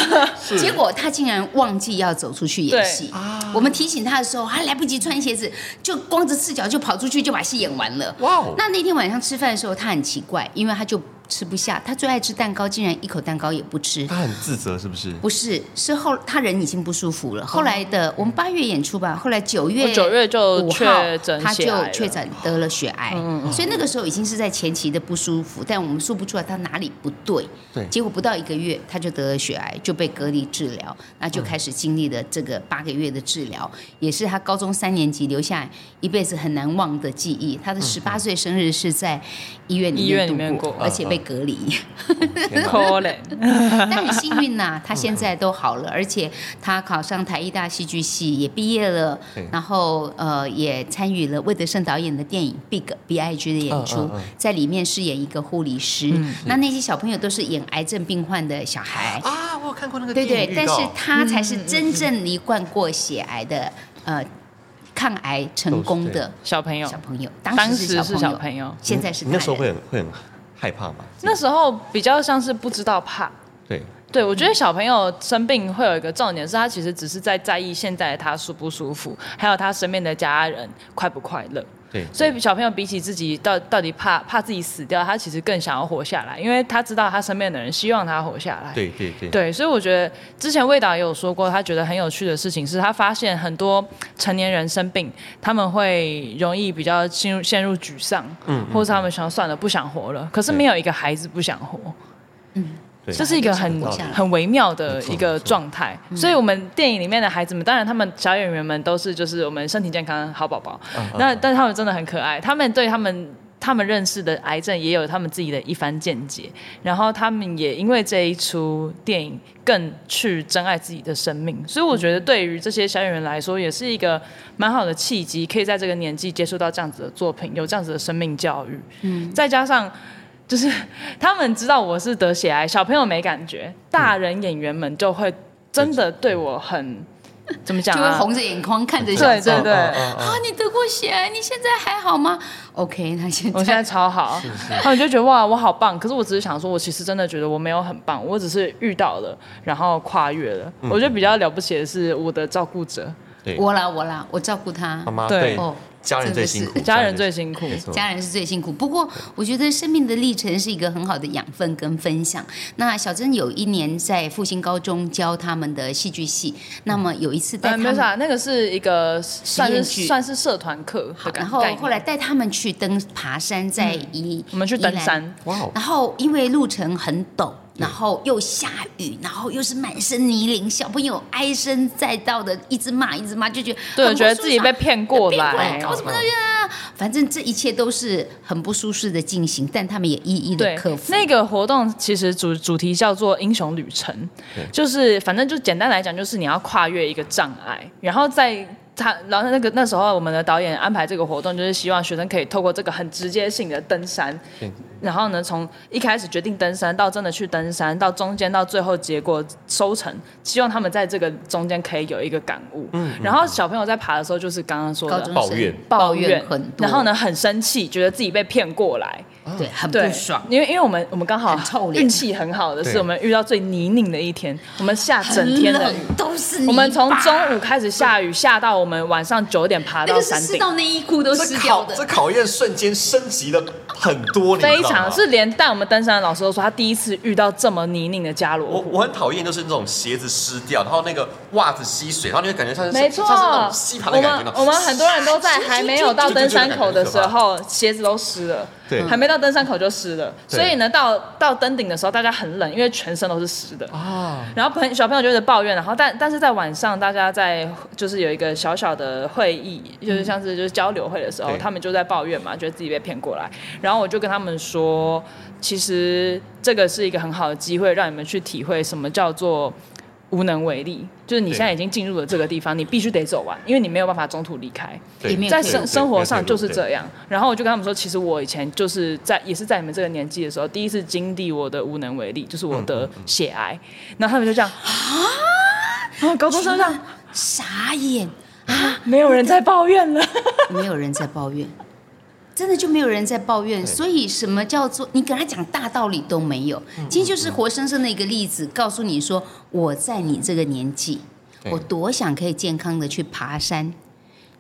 Speaker 2: 结果他竟然忘记要走出去演戏。
Speaker 1: 啊
Speaker 2: 我们提醒他的时候，他来不及穿鞋子，就光着赤脚就跑出去就把戏演完了。
Speaker 1: 哇哦
Speaker 2: 那那天晚上吃饭的时候，他很奇怪，因为他就吃不下，他最爱吃蛋糕，竟然一口蛋糕也不吃。
Speaker 1: 他很自责是不
Speaker 3: 嗯
Speaker 1: 是？
Speaker 2: 不是，是后他人已经不舒服
Speaker 3: 哦
Speaker 2: 了。后来的我们八月演出吧，后来九月
Speaker 3: 我9月哦就
Speaker 2: 5号
Speaker 3: 确诊
Speaker 2: 他
Speaker 3: 血
Speaker 2: 就
Speaker 3: 癌了嗯
Speaker 2: 确诊得了血癌，所以那个时候已经是在前期的不舒服，但我们说不出来他哪里不对。
Speaker 1: 对
Speaker 2: 结果不到一个月他就得了血癌，就被隔离治疗，那就开始经历了这个八个月的治疗，也是他高中三年级留下一辈子很难忘的记忆。他的十八岁生日是在医院
Speaker 3: 嗯医
Speaker 2: 里
Speaker 3: 院
Speaker 2: 面
Speaker 3: 里面
Speaker 2: 度过，
Speaker 3: 过啊
Speaker 2: 而且被隔离。
Speaker 1: 天哪
Speaker 3: 可怜。
Speaker 2: 但很幸运呐、他现在都好了，而且他考上台艺大戏剧系，也毕业了
Speaker 1: 对，
Speaker 2: 然后呃也参与了魏德胜导演的电影《Big B I G》的演出，
Speaker 1: 嗯嗯嗯嗯
Speaker 2: 在里面饰演一个护理师。那那些小朋友都是演癌症病患的小孩，
Speaker 1: 啊！我有看过那个
Speaker 2: 对
Speaker 1: 电
Speaker 2: 对
Speaker 1: 影，
Speaker 2: 但
Speaker 1: 预告
Speaker 2: 是他才是真正罹患过血癌的，呃，抗癌成功
Speaker 1: 嗯
Speaker 2: 的
Speaker 3: 小朋友
Speaker 2: 小，朋友，
Speaker 3: 当
Speaker 2: 时
Speaker 3: 时是
Speaker 2: 是
Speaker 3: 小
Speaker 2: 朋
Speaker 3: 朋友，
Speaker 2: 现在是
Speaker 1: 你那时候
Speaker 2: 大
Speaker 1: 会
Speaker 2: 人
Speaker 1: 很会很害怕吗？
Speaker 3: 那时候比较像是不知道怕。
Speaker 1: 对，
Speaker 3: 对，我觉得小朋友生病会有一个重点是，他其实只是在在意现在的他舒不舒服，还有他身边的家人快不快乐。
Speaker 1: 对，
Speaker 3: 所以小朋友比起自己到到底怕怕自己死掉，他其实更想要活下来，因为他知道他身边的人希望他活下来。
Speaker 1: 对对对，
Speaker 3: 对，所以我觉得之前魏导也有说过，他觉得很有趣的事情是，他发现很多成年人生病，他们会容易比较进入陷入沮丧，嗯，或者他们想算了不想活了，可是没有一个孩子不想活，
Speaker 1: 对
Speaker 3: 这是一个很
Speaker 1: 活下来
Speaker 3: 很微妙的
Speaker 1: 没错
Speaker 3: 一个状态。所以我们电影里面的孩子们，当然他们小演员们都是就是我们身体健康好宝宝，那但他们真的很可爱，他们对他们。他们认识的癌症也有他们自己的一番见解，然后他们也因为这一出电影更去珍爱自己的生命，所以我觉得对于这些小演员来说，也是一个蛮好的契机，可以在这个年纪接触到这样子的作品，有这样子的生命教育，嗯，再加上。就是 他们知道我是得血癌，小朋友没感觉，大人演员们就会真的对我很怎么讲、
Speaker 2: 就会
Speaker 3: 啊？
Speaker 2: 红着眼眶看着小
Speaker 3: 对
Speaker 2: 周
Speaker 3: 对对，
Speaker 1: 哦
Speaker 2: 啊，你得过血癌，你现在还好吗？OK，他现
Speaker 3: 我现在超好，然后你就觉得哇，我好棒。可是我只是想说，我其实真的觉得我没有很棒，我只是遇到了，然后跨越了。我觉得比较了不起的是我的照顾者，
Speaker 1: 对，
Speaker 2: 我啦我啦，我照顾他
Speaker 1: 妈。妈
Speaker 3: 对
Speaker 1: 对
Speaker 2: 哦
Speaker 1: 家人最辛
Speaker 2: 真的
Speaker 1: 苦，
Speaker 3: 家人最辛苦。
Speaker 1: 没错
Speaker 2: 家人是最辛苦，不过我觉得生命的历程是一个很好的养分跟分享。那小珍有一年在复兴高中教他们的戏剧系，那么有一次带
Speaker 3: 呃，
Speaker 2: 他
Speaker 3: 没有
Speaker 2: 们
Speaker 3: 啥，那个是一个算
Speaker 2: 验
Speaker 3: 是
Speaker 2: 剧
Speaker 3: 算是社团课的
Speaker 2: 好，
Speaker 3: 感
Speaker 2: 然后
Speaker 3: 概念嗯
Speaker 2: 后来带他们去登爬山，在宜、
Speaker 3: 我们去登
Speaker 2: 宜兰
Speaker 3: 山，
Speaker 1: 哇哦，
Speaker 2: 然后因为路程很陡，然后又下雨，然后又是满身泥泞，小朋友唉声载道的，一直骂，一直骂，就觉得
Speaker 3: 对，
Speaker 2: 很不
Speaker 3: 觉得
Speaker 2: 舒
Speaker 3: 自己被
Speaker 2: 爽
Speaker 3: 骗过
Speaker 2: 被
Speaker 3: 来
Speaker 2: 骗过搞什么东西啊？反正这一切都是很不舒适的进行，但他们也一一的
Speaker 3: 对
Speaker 2: 克，服。
Speaker 3: 那个活动其实主主题叫做“英雄旅程”，就是反正就简单来讲，就是你要跨越一个障碍，然后在。他，然后那个那时候我们的导演安排这个活动，就是希望学生可以透过这个很直接性的登山，
Speaker 2: 嗯
Speaker 3: 然后呢，从一开始决定登山到真的去登山，到中间到最后结果收成，希望他们在这个中间可以有一个感悟。然后小朋友在爬的时候，就是刚刚说
Speaker 2: 嗯高
Speaker 3: 的
Speaker 2: 中
Speaker 1: 抱
Speaker 2: 生
Speaker 1: 怨
Speaker 2: 抱怨很多，
Speaker 3: 然后呢很生气，觉得自己被骗过来，
Speaker 2: 对，很不
Speaker 3: 对，
Speaker 2: 爽。
Speaker 3: 因为因为我们我们刚好
Speaker 2: 很臭脸
Speaker 3: 运气很好的是，
Speaker 1: 对
Speaker 3: 我们遇到最泥泞的一天，我们下整天的
Speaker 2: 很
Speaker 3: 雨。
Speaker 2: 冷都是泥巴
Speaker 3: 我们从中午开始下雨，下到我们晚上九点爬
Speaker 2: 那
Speaker 3: 到
Speaker 2: 个是
Speaker 3: 山
Speaker 2: 湿
Speaker 3: 顶，
Speaker 2: 到内衣裤都湿
Speaker 1: 这
Speaker 2: 掉
Speaker 1: 考
Speaker 2: 的，
Speaker 1: 这考验瞬间升级了很多，你知道
Speaker 3: 非
Speaker 1: 吗
Speaker 3: 常是连带我们登山的老师都说，他第一次遇到这么泥泞的加罗
Speaker 1: 我
Speaker 3: 湖。
Speaker 1: 我很讨厌就是那种鞋子湿掉，然后那个袜子吸水，然后你会感觉像是
Speaker 3: 没错，
Speaker 1: 像是那种吸盘的
Speaker 3: 我
Speaker 1: 感觉
Speaker 3: 们
Speaker 1: 呢。
Speaker 3: 我们很多人都在还没有到登山口的时候，鞋子都湿了，
Speaker 1: 对
Speaker 3: 还没到登山口就湿了，
Speaker 1: 对
Speaker 3: 所以呢，到到登顶的时候，大家很冷，因为全身都是湿的
Speaker 1: 啊，
Speaker 3: 然后朋小朋友就在抱怨，然后但但是在晚上，大家在就是有一个小小的会议，就是像是就是交流会的时候，
Speaker 1: 对
Speaker 3: 他们就在抱怨嘛，觉得自己被骗过来。然后我就跟他们说，其实这个是一个很好的机会，让你们去体会什么叫做无能为力，就是你
Speaker 1: 对
Speaker 3: 现在已经进入了这个地方，你必须得走完，因为你没有办法中途离开。
Speaker 1: 对
Speaker 2: 里面
Speaker 3: 在
Speaker 2: 对
Speaker 3: 生
Speaker 1: 哎对
Speaker 3: 生活上
Speaker 1: 对对
Speaker 3: 就是
Speaker 1: 对
Speaker 3: 这样。然后我就跟他们说，其实我以前就是在也是在你们这个年纪的时候，第一次经历我的无能为力，就是我的血癌。然后他们就这样啊，然后高中 生上
Speaker 2: 傻眼，
Speaker 3: 没有人在抱怨了，
Speaker 2: 没有人在抱怨，真的就没有人在抱怨。所以什么叫做你跟他讲大道理都没有？
Speaker 1: 嗯
Speaker 2: 今天就是活生生的一个例子，告诉你说我在你这个年纪，
Speaker 1: 对
Speaker 2: 我多想可以健康的去爬山。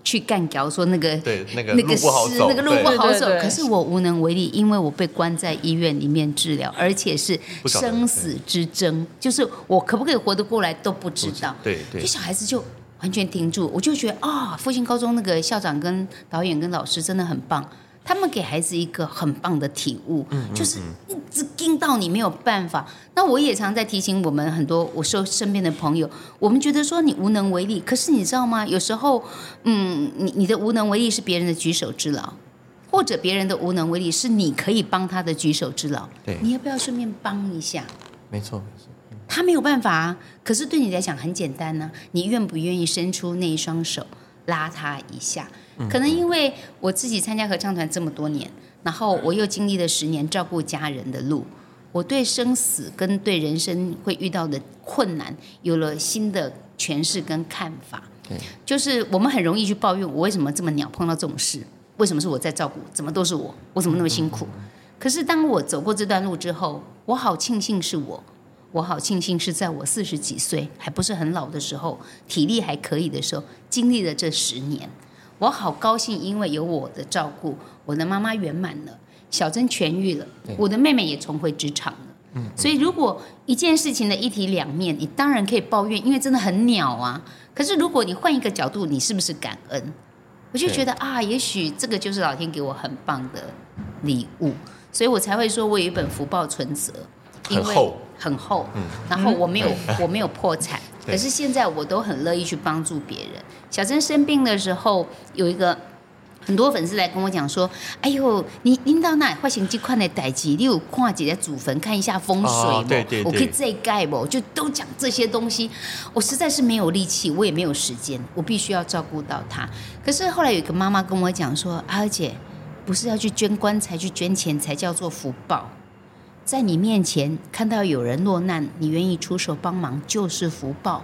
Speaker 2: 去干掉说那个
Speaker 1: 对那个
Speaker 2: 那个
Speaker 1: 路不好
Speaker 2: 湿
Speaker 1: 走
Speaker 2: 那个路不好
Speaker 3: 对
Speaker 2: 走
Speaker 3: 对对，对
Speaker 2: 可是我无能为力，因为我被关在医院里面治疗，而且是
Speaker 1: 不晓得
Speaker 2: 生死之争，就是我可不可以活得过来都不知道。
Speaker 1: 对对
Speaker 2: 就小孩子就完全停住，我就觉得啊、复兴高中那个校长跟导演跟老师真的很棒，他们给孩子一个很棒的体悟，
Speaker 1: 嗯
Speaker 2: 就是一直盯到你没有办法。那我也常在提醒我们很多我身身边的朋友，我们觉得说你无能为力，可是你知道吗？有时候，嗯，你你的无能为力是别人的举手之劳。或者别人的无能为力是你可以帮他的举手之劳
Speaker 1: 对，
Speaker 2: 你要不要顺便帮一下？
Speaker 1: 没错没错，
Speaker 2: 他没有办法啊，可是对你来讲很简单呢、你愿不愿意伸出那一双手拉他一下？可能因为我自己参加合唱团这么多年，然后我又经历了十年照顾家人的路，我对生死跟对人生会遇到的困难有了新的诠释跟看法。
Speaker 1: 对
Speaker 2: 就是我们很容易去抱怨，我为什么这么鸟，碰到这种事？为什么是我在照顾？怎么都是我？我怎么那么辛苦？可是当我走过这段路之后，我好庆幸是我，我好庆幸是在我四十几岁还不是很老的时候，体力还可以的时候，经历了这十年。我好高兴，因为有我的照顾，我的妈妈圆满了，小珍痊愈了，我的妹妹也重回职场了。
Speaker 1: 嗯
Speaker 2: 所以，如果一件事情的一体两面，你当然可以抱怨，因为真的很鸟啊。可是，如果你换一个角度，你是不是感恩？我就觉得啊，也许这个就是老天给我很棒的礼物，所以我才会说我有一本福报存折，因为
Speaker 1: 很厚，嗯
Speaker 2: 很厚。然后我没有，我没有破产，
Speaker 1: 对
Speaker 2: 可是现在我都很乐意去帮助别人。小珍生病的时候，有一个很多粉丝来跟我讲说：“哎呦，你拎到那化形机款的代级，你有跨几的祖坟看一下风水吗？
Speaker 1: 哦对对
Speaker 2: 我可以
Speaker 1: 对
Speaker 2: 这盖不？就都讲这些东西，我实在是没有力气，我也没有时间，我必须要照顾到他。可是后来有一个妈妈跟我讲说：‘阿、啊、姐，不是要去捐棺材、去捐钱才叫做福报。’在你面前看到有人落难，你愿意出手帮忙就是福报。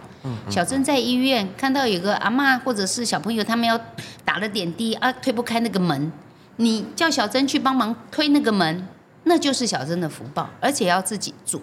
Speaker 2: 小珍在医院看到有个阿嬷或者是小朋友，他们要打了点滴啊，推不开那个门，你叫小珍去帮忙推那个门，那就是小珍的福报，而且要自己做。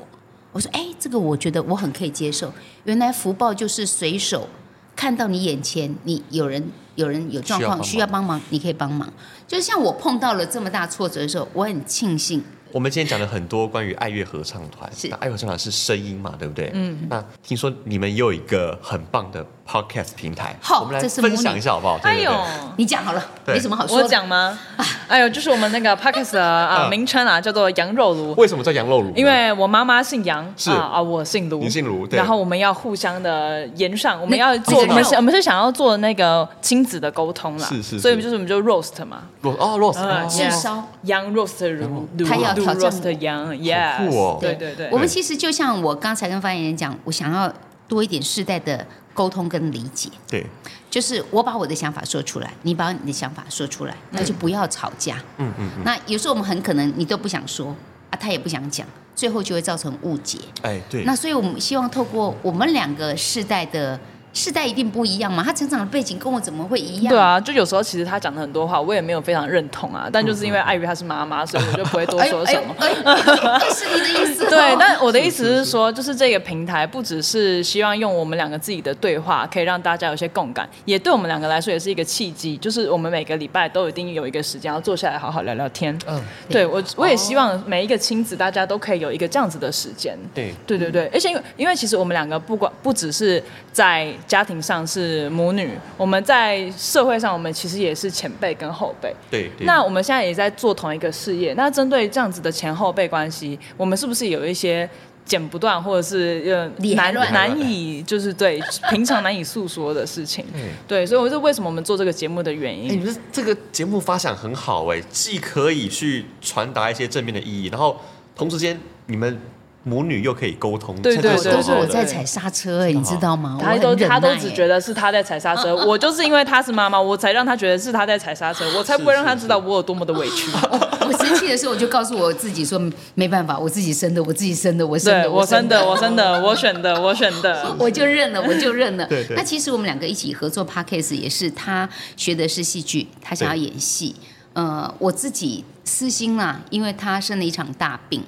Speaker 2: 我说，哎，这个我觉得我很可以接受。原来福报就是随手看到你眼前，你有人有人有状况需
Speaker 1: 需
Speaker 2: 要
Speaker 1: 要
Speaker 2: 帮忙，你可以帮忙。就像我碰到了这么大挫折的时候，我很庆幸。
Speaker 1: 我们今天讲了很多关于爱乐合唱团，
Speaker 2: 是
Speaker 1: 那爱乐合唱团是声音嘛，对不对？嗯。那听说你们也有一个很棒的 podcast 平台，
Speaker 2: 好
Speaker 1: 我们来
Speaker 2: 这是母
Speaker 1: 分
Speaker 2: 女
Speaker 1: 享一下好不好？对
Speaker 3: 哎
Speaker 1: 对
Speaker 3: 呦
Speaker 1: 对。，
Speaker 2: 你讲好了，
Speaker 1: 对
Speaker 2: 没什么好说
Speaker 3: 我
Speaker 2: 的。
Speaker 3: 讲吗？哎呦，就是我们那个 podcast 的啊
Speaker 1: 嗯
Speaker 3: 名称啊，叫做羊肉炉。
Speaker 1: 为什么叫羊肉炉呢？
Speaker 3: 因为我妈妈姓杨，
Speaker 1: 是
Speaker 3: 啊啊，我姓卢，
Speaker 1: 你姓卢对
Speaker 3: 然后我们要互相的言上，我们要
Speaker 2: 那
Speaker 3: 做，我
Speaker 2: 那
Speaker 3: 们是我们是想要做那个亲子的沟通啦，
Speaker 1: 是是
Speaker 3: 所以
Speaker 1: 是
Speaker 3: 就是我们就 roast 嘛，
Speaker 1: 罗哦罗斯，
Speaker 3: 嗯
Speaker 1: 哦
Speaker 2: 是
Speaker 3: yeah
Speaker 2: 烧
Speaker 3: 羊 roast 卢，卢
Speaker 2: 他要
Speaker 3: 卢
Speaker 2: 挑战
Speaker 3: roast 羊
Speaker 1: 好
Speaker 3: ，yes，
Speaker 1: 酷哦
Speaker 3: 对对对，
Speaker 2: 我们其实就像我刚才跟发言人讲，我想要多一点世代的沟通跟理解，
Speaker 1: 对，
Speaker 2: 就是我把我的想法说出来，你把你的想法说出来，那就不要吵架。
Speaker 1: 嗯嗯嗯，
Speaker 2: 那有时候我们很可能你都不想说啊，他也不想讲，最后就会造成误解。
Speaker 1: 哎对，
Speaker 2: 那所以我们希望透过我们两个世代的世代一定不一样嘛，他成长的背景跟我怎么会一样？
Speaker 3: 对，啊，就有时候其实他讲的很多话，我也没有非常认同啊，但就是因为碍于她是妈妈，所以我就不会多
Speaker 2: 哎
Speaker 3: 说
Speaker 2: 呦哎
Speaker 3: 什
Speaker 2: 呦
Speaker 3: 么。
Speaker 2: 哎呦，这是你的意思哦。
Speaker 3: 对，但我的意思是说，就是这个平台不只是希望用我们两个自己的对话，可以让大家有些共感，也对我们两个来说也是一个契机。就是我们每个礼拜都一定有一个时间要坐下来好好聊聊天。
Speaker 1: 嗯
Speaker 3: 对我，我也希望每一个亲子大家都可以有一个这样子的时间。
Speaker 1: 对
Speaker 3: 对对
Speaker 2: 嗯
Speaker 3: 对，而且因为因为其实我们两个不管不只是在家庭上是母女，我们在社会上我们其实也是前辈跟后辈。
Speaker 1: 对对，
Speaker 3: 那我们现在也在做同一个事业，那针对这样子的前后辈关系，我们是不是有一些剪不断，或者是呃
Speaker 2: 理还
Speaker 3: 难
Speaker 2: 乱
Speaker 3: 难以就是对 平常难以诉说的事情？
Speaker 2: 嗯
Speaker 3: 对，所以我是为什么我们做这个节目的原
Speaker 1: 哎，你
Speaker 3: 因。
Speaker 1: 们这个节目发想很好哎，既可以去传达一些正面的意义，然后同时间你们母女又可以沟通，
Speaker 3: 对
Speaker 1: 这个
Speaker 3: 对
Speaker 2: 我
Speaker 1: 是
Speaker 3: 对
Speaker 2: 都
Speaker 1: 很
Speaker 2: 是
Speaker 1: 好
Speaker 2: 我
Speaker 1: 的
Speaker 2: 在踩刹车、哎，你知道吗？
Speaker 3: 他都
Speaker 2: 我很忍
Speaker 3: 他都
Speaker 2: 耐
Speaker 3: 只
Speaker 2: 哎
Speaker 3: 觉得是他在踩刹 车，我就是因为他是妈妈，我才让他觉得是他在踩刹车，我才不会让他知道我有多么的委屈。
Speaker 2: 我生气的时候，我就告诉我自己说，没办法，我自己生的，我自己生的，我生
Speaker 3: 对
Speaker 2: 的，
Speaker 3: 我生
Speaker 2: 生
Speaker 3: 的，我生的，我选的，我选的。
Speaker 2: 我就认了，我就认了。
Speaker 1: 对对
Speaker 2: 那其实我们两个一起合作 podcast 也是，他学的是戏剧，他想要演戏。呃，我自己私心啦、因为他生了一场大病，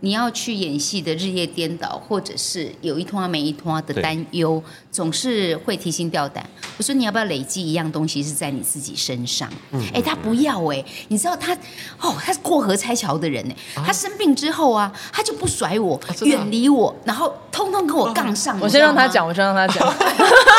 Speaker 2: 你要去演戏的日夜颠倒，或者是有一拖没一拖的
Speaker 1: 对
Speaker 2: 担忧，总是会提心吊胆。我说你要不要累积一样东西是在你自己身上？嗯，哎，他不要哎、你知道他哦，他是过河拆桥的人呢、哎他生病之后啊，他就不甩我，
Speaker 1: 真的啊
Speaker 2: 远离我，然后通通跟嗯我杠上。
Speaker 3: 我先让他
Speaker 2: 你知道
Speaker 3: 讲，
Speaker 2: 吗。
Speaker 3: 我先让他讲。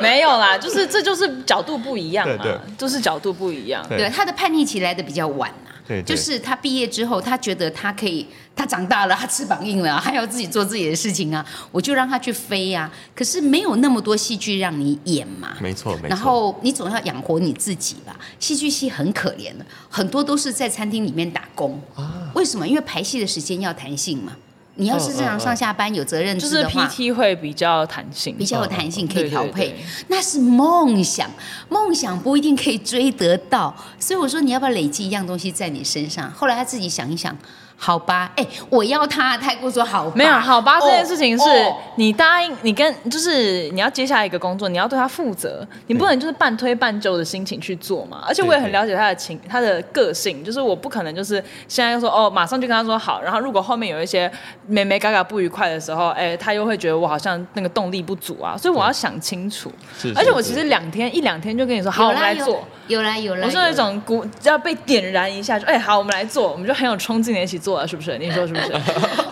Speaker 3: 没有啦，就是这就是角度不一样嘛，
Speaker 1: 对对
Speaker 3: 就是角度不一样。
Speaker 1: 对
Speaker 2: 对，他的叛逆期来的比较晚啊。
Speaker 1: 对对
Speaker 2: 就是他毕业之后，他觉得他可以，他长大了，他翅膀硬了，他要自己做自己的事情啊，我就让他去飞啊。可是没有那么多戏剧让你演嘛。
Speaker 1: 没错没错，
Speaker 2: 然后你总要养活你自己吧。戏剧系很可怜的，很多都是在餐厅里面打工。
Speaker 1: 啊
Speaker 2: 为什么？因为排戏的时间要弹性嘛。你要是正
Speaker 1: 嗯
Speaker 2: 常上下班、有责任
Speaker 3: 就
Speaker 2: 制
Speaker 3: 是
Speaker 2: 的话，
Speaker 3: PT 会比较弹性，
Speaker 2: 比较有弹性，
Speaker 3: 嗯
Speaker 2: 可以调
Speaker 3: 对对
Speaker 2: 配
Speaker 3: 对。
Speaker 2: 那是梦想，梦想不一定可以追得到。所以我说，你要不要累积一样东西在你身上？后来他自己想一想，好吧，哎，我要他，他还跟我说好吧，
Speaker 3: 没有啊好吧？
Speaker 2: 哦
Speaker 3: 这件事情是
Speaker 2: 哦
Speaker 3: 你答应，你跟就是你要接下一个工作，你要对他负责，你不能就是半推半就的心情去做嘛。而且我也很了解他的情，他的个性，就是我不可能就是现在就说哦，马上就跟他说好，然后如果后面有一些没没嘎嘎不愉快的时候，哎，他又会觉得我好像那个动力不足啊，所以我要想清楚。
Speaker 1: 是是
Speaker 3: 而且我其
Speaker 1: 是
Speaker 3: 实两天一两天就跟你说好，
Speaker 2: 有
Speaker 3: 我们
Speaker 2: 啦
Speaker 3: 来
Speaker 2: 有
Speaker 3: 做。
Speaker 2: 有啦有啦，
Speaker 3: 我是那
Speaker 2: 有啦
Speaker 3: 种鼓要被点燃一下，就哎、好，我们来做，我们就很有冲劲的一起做了，是不是？你说是不是？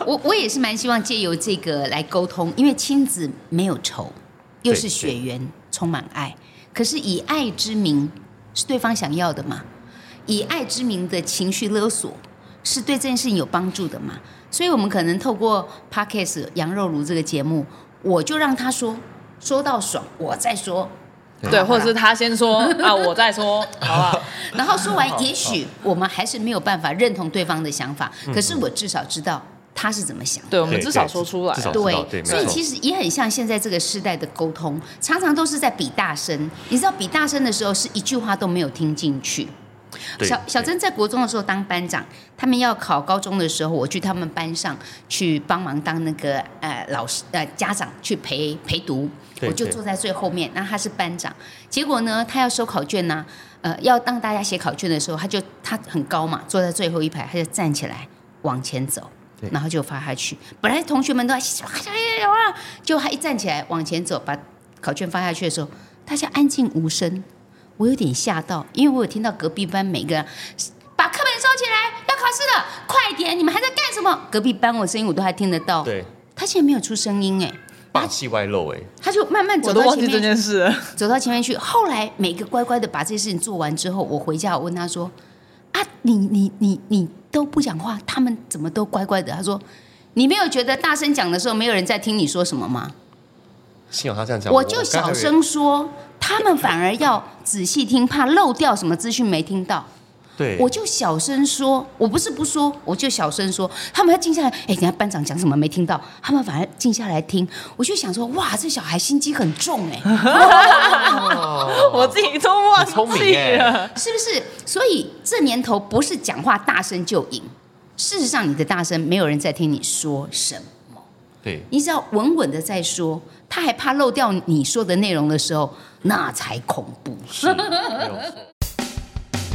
Speaker 2: 我我也是蛮希望借由这个来沟通，因为亲子没有仇，又是血缘，充满爱。可是以爱之名是对方想要的吗？以爱之名的情绪勒索是对这件事情有帮助的吗？所以我们可能透过 podcast《羊肉炉》这个节目，我就让他说说到爽，我再说。
Speaker 3: 对，或者是他先说啊，我再说，好不好？
Speaker 2: 然后说完，也许我们还是没有办法认同对方的想法，可是我至少知道他是怎么想的。
Speaker 3: 对，我们
Speaker 1: 对
Speaker 3: 至少
Speaker 1: 对
Speaker 3: 说出来
Speaker 1: 至。少知道
Speaker 2: 对，
Speaker 1: 对，没
Speaker 2: 所以
Speaker 1: 错
Speaker 2: 其实也很像现在这个时代的沟通，常常都是在比大声。你知道比大声的时候，是一句话都没有听进去。
Speaker 1: 对
Speaker 2: 小小珍在国中的时候当班长，他们要考高中的时候，我去他们班上去帮忙当那个呃老师呃家长去陪陪读，
Speaker 1: 对
Speaker 2: 我就
Speaker 1: 对
Speaker 2: 坐在最后面。那他是班长，结果呢，他要收考卷呢、呃，要让大家写考卷的时候，他就他很高嘛，坐在最后一排，他就站起来往前走。
Speaker 1: 对
Speaker 2: 然后就发下去，本来同学们都在结果他一站起来往前走，把考卷发下去的时候，大家安静无声。我有点吓到，因为我有听到隔壁班每个人把课本收起来，要考试了，快点！你们还在干什么？隔壁班我声音我都还听得到，
Speaker 1: 对，
Speaker 2: 他现在没有出声音哎，
Speaker 1: 霸气外露哎，
Speaker 2: 他就慢慢走
Speaker 3: 我都
Speaker 2: 到
Speaker 3: 忘
Speaker 2: 前
Speaker 3: 记这
Speaker 2: 面，
Speaker 3: 件事了。
Speaker 2: 走到前面去。后来每个乖乖的把这些事情做完之后，我回家我问他说：“啊，你你你你都不讲话，他们怎么都乖乖的？”他说：“你没有觉得大声讲的时候没有人在听你说什么吗？”
Speaker 1: 幸好他这样讲，
Speaker 2: 我就
Speaker 1: 刚才
Speaker 2: 小
Speaker 1: 有
Speaker 2: 声说，他们反而要仔细听，怕漏掉什么资讯没听到。
Speaker 1: 对，
Speaker 2: 我就小声说，我不是不说，我就小声说。他们要静下来，哎，人家班长讲什么没听到，他们反而静下来听。我就想说，哇，这小孩心机很重哎、
Speaker 1: 啊
Speaker 3: 我自己都忘
Speaker 1: 很聪
Speaker 3: 记
Speaker 1: 明
Speaker 3: 了
Speaker 1: 耶。
Speaker 2: 是不是？所以这年头不是讲话大声就赢，事实上你的大声没有人在听你说什么。
Speaker 1: 对
Speaker 2: 你只要稳稳的在说，他还怕漏掉你说的内容的时候，那才恐怖。
Speaker 1: 是没有错。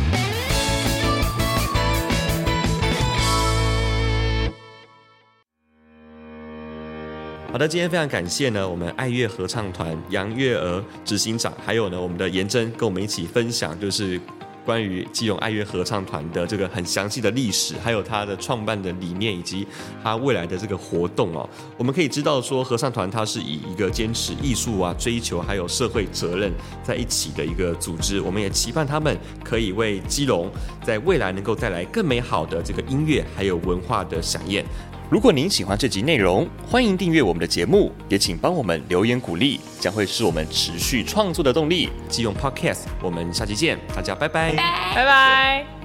Speaker 1: 好的，今天非常感谢呢，我们爱乐合唱团杨月娥执行长，还有呢我们的颜真跟我们一起分享，就是关于基隆爱乐合唱团的这个很详细的历史，还有它的创办的理念以及它未来的这个活动哦。我们可以知道说，合唱团它是以一个坚持艺术啊、追求还有社会责任在一起的一个组织。我们也期盼他们可以为基隆在未来能够带来更美好的这个音乐还有文化的飨宴。如果您喜欢这集内容，欢迎订阅我们的节目，也请帮我们留言鼓励，将会是我们持续创作的动力。即用 Podcast，我们下期见，大家拜拜
Speaker 3: 拜拜。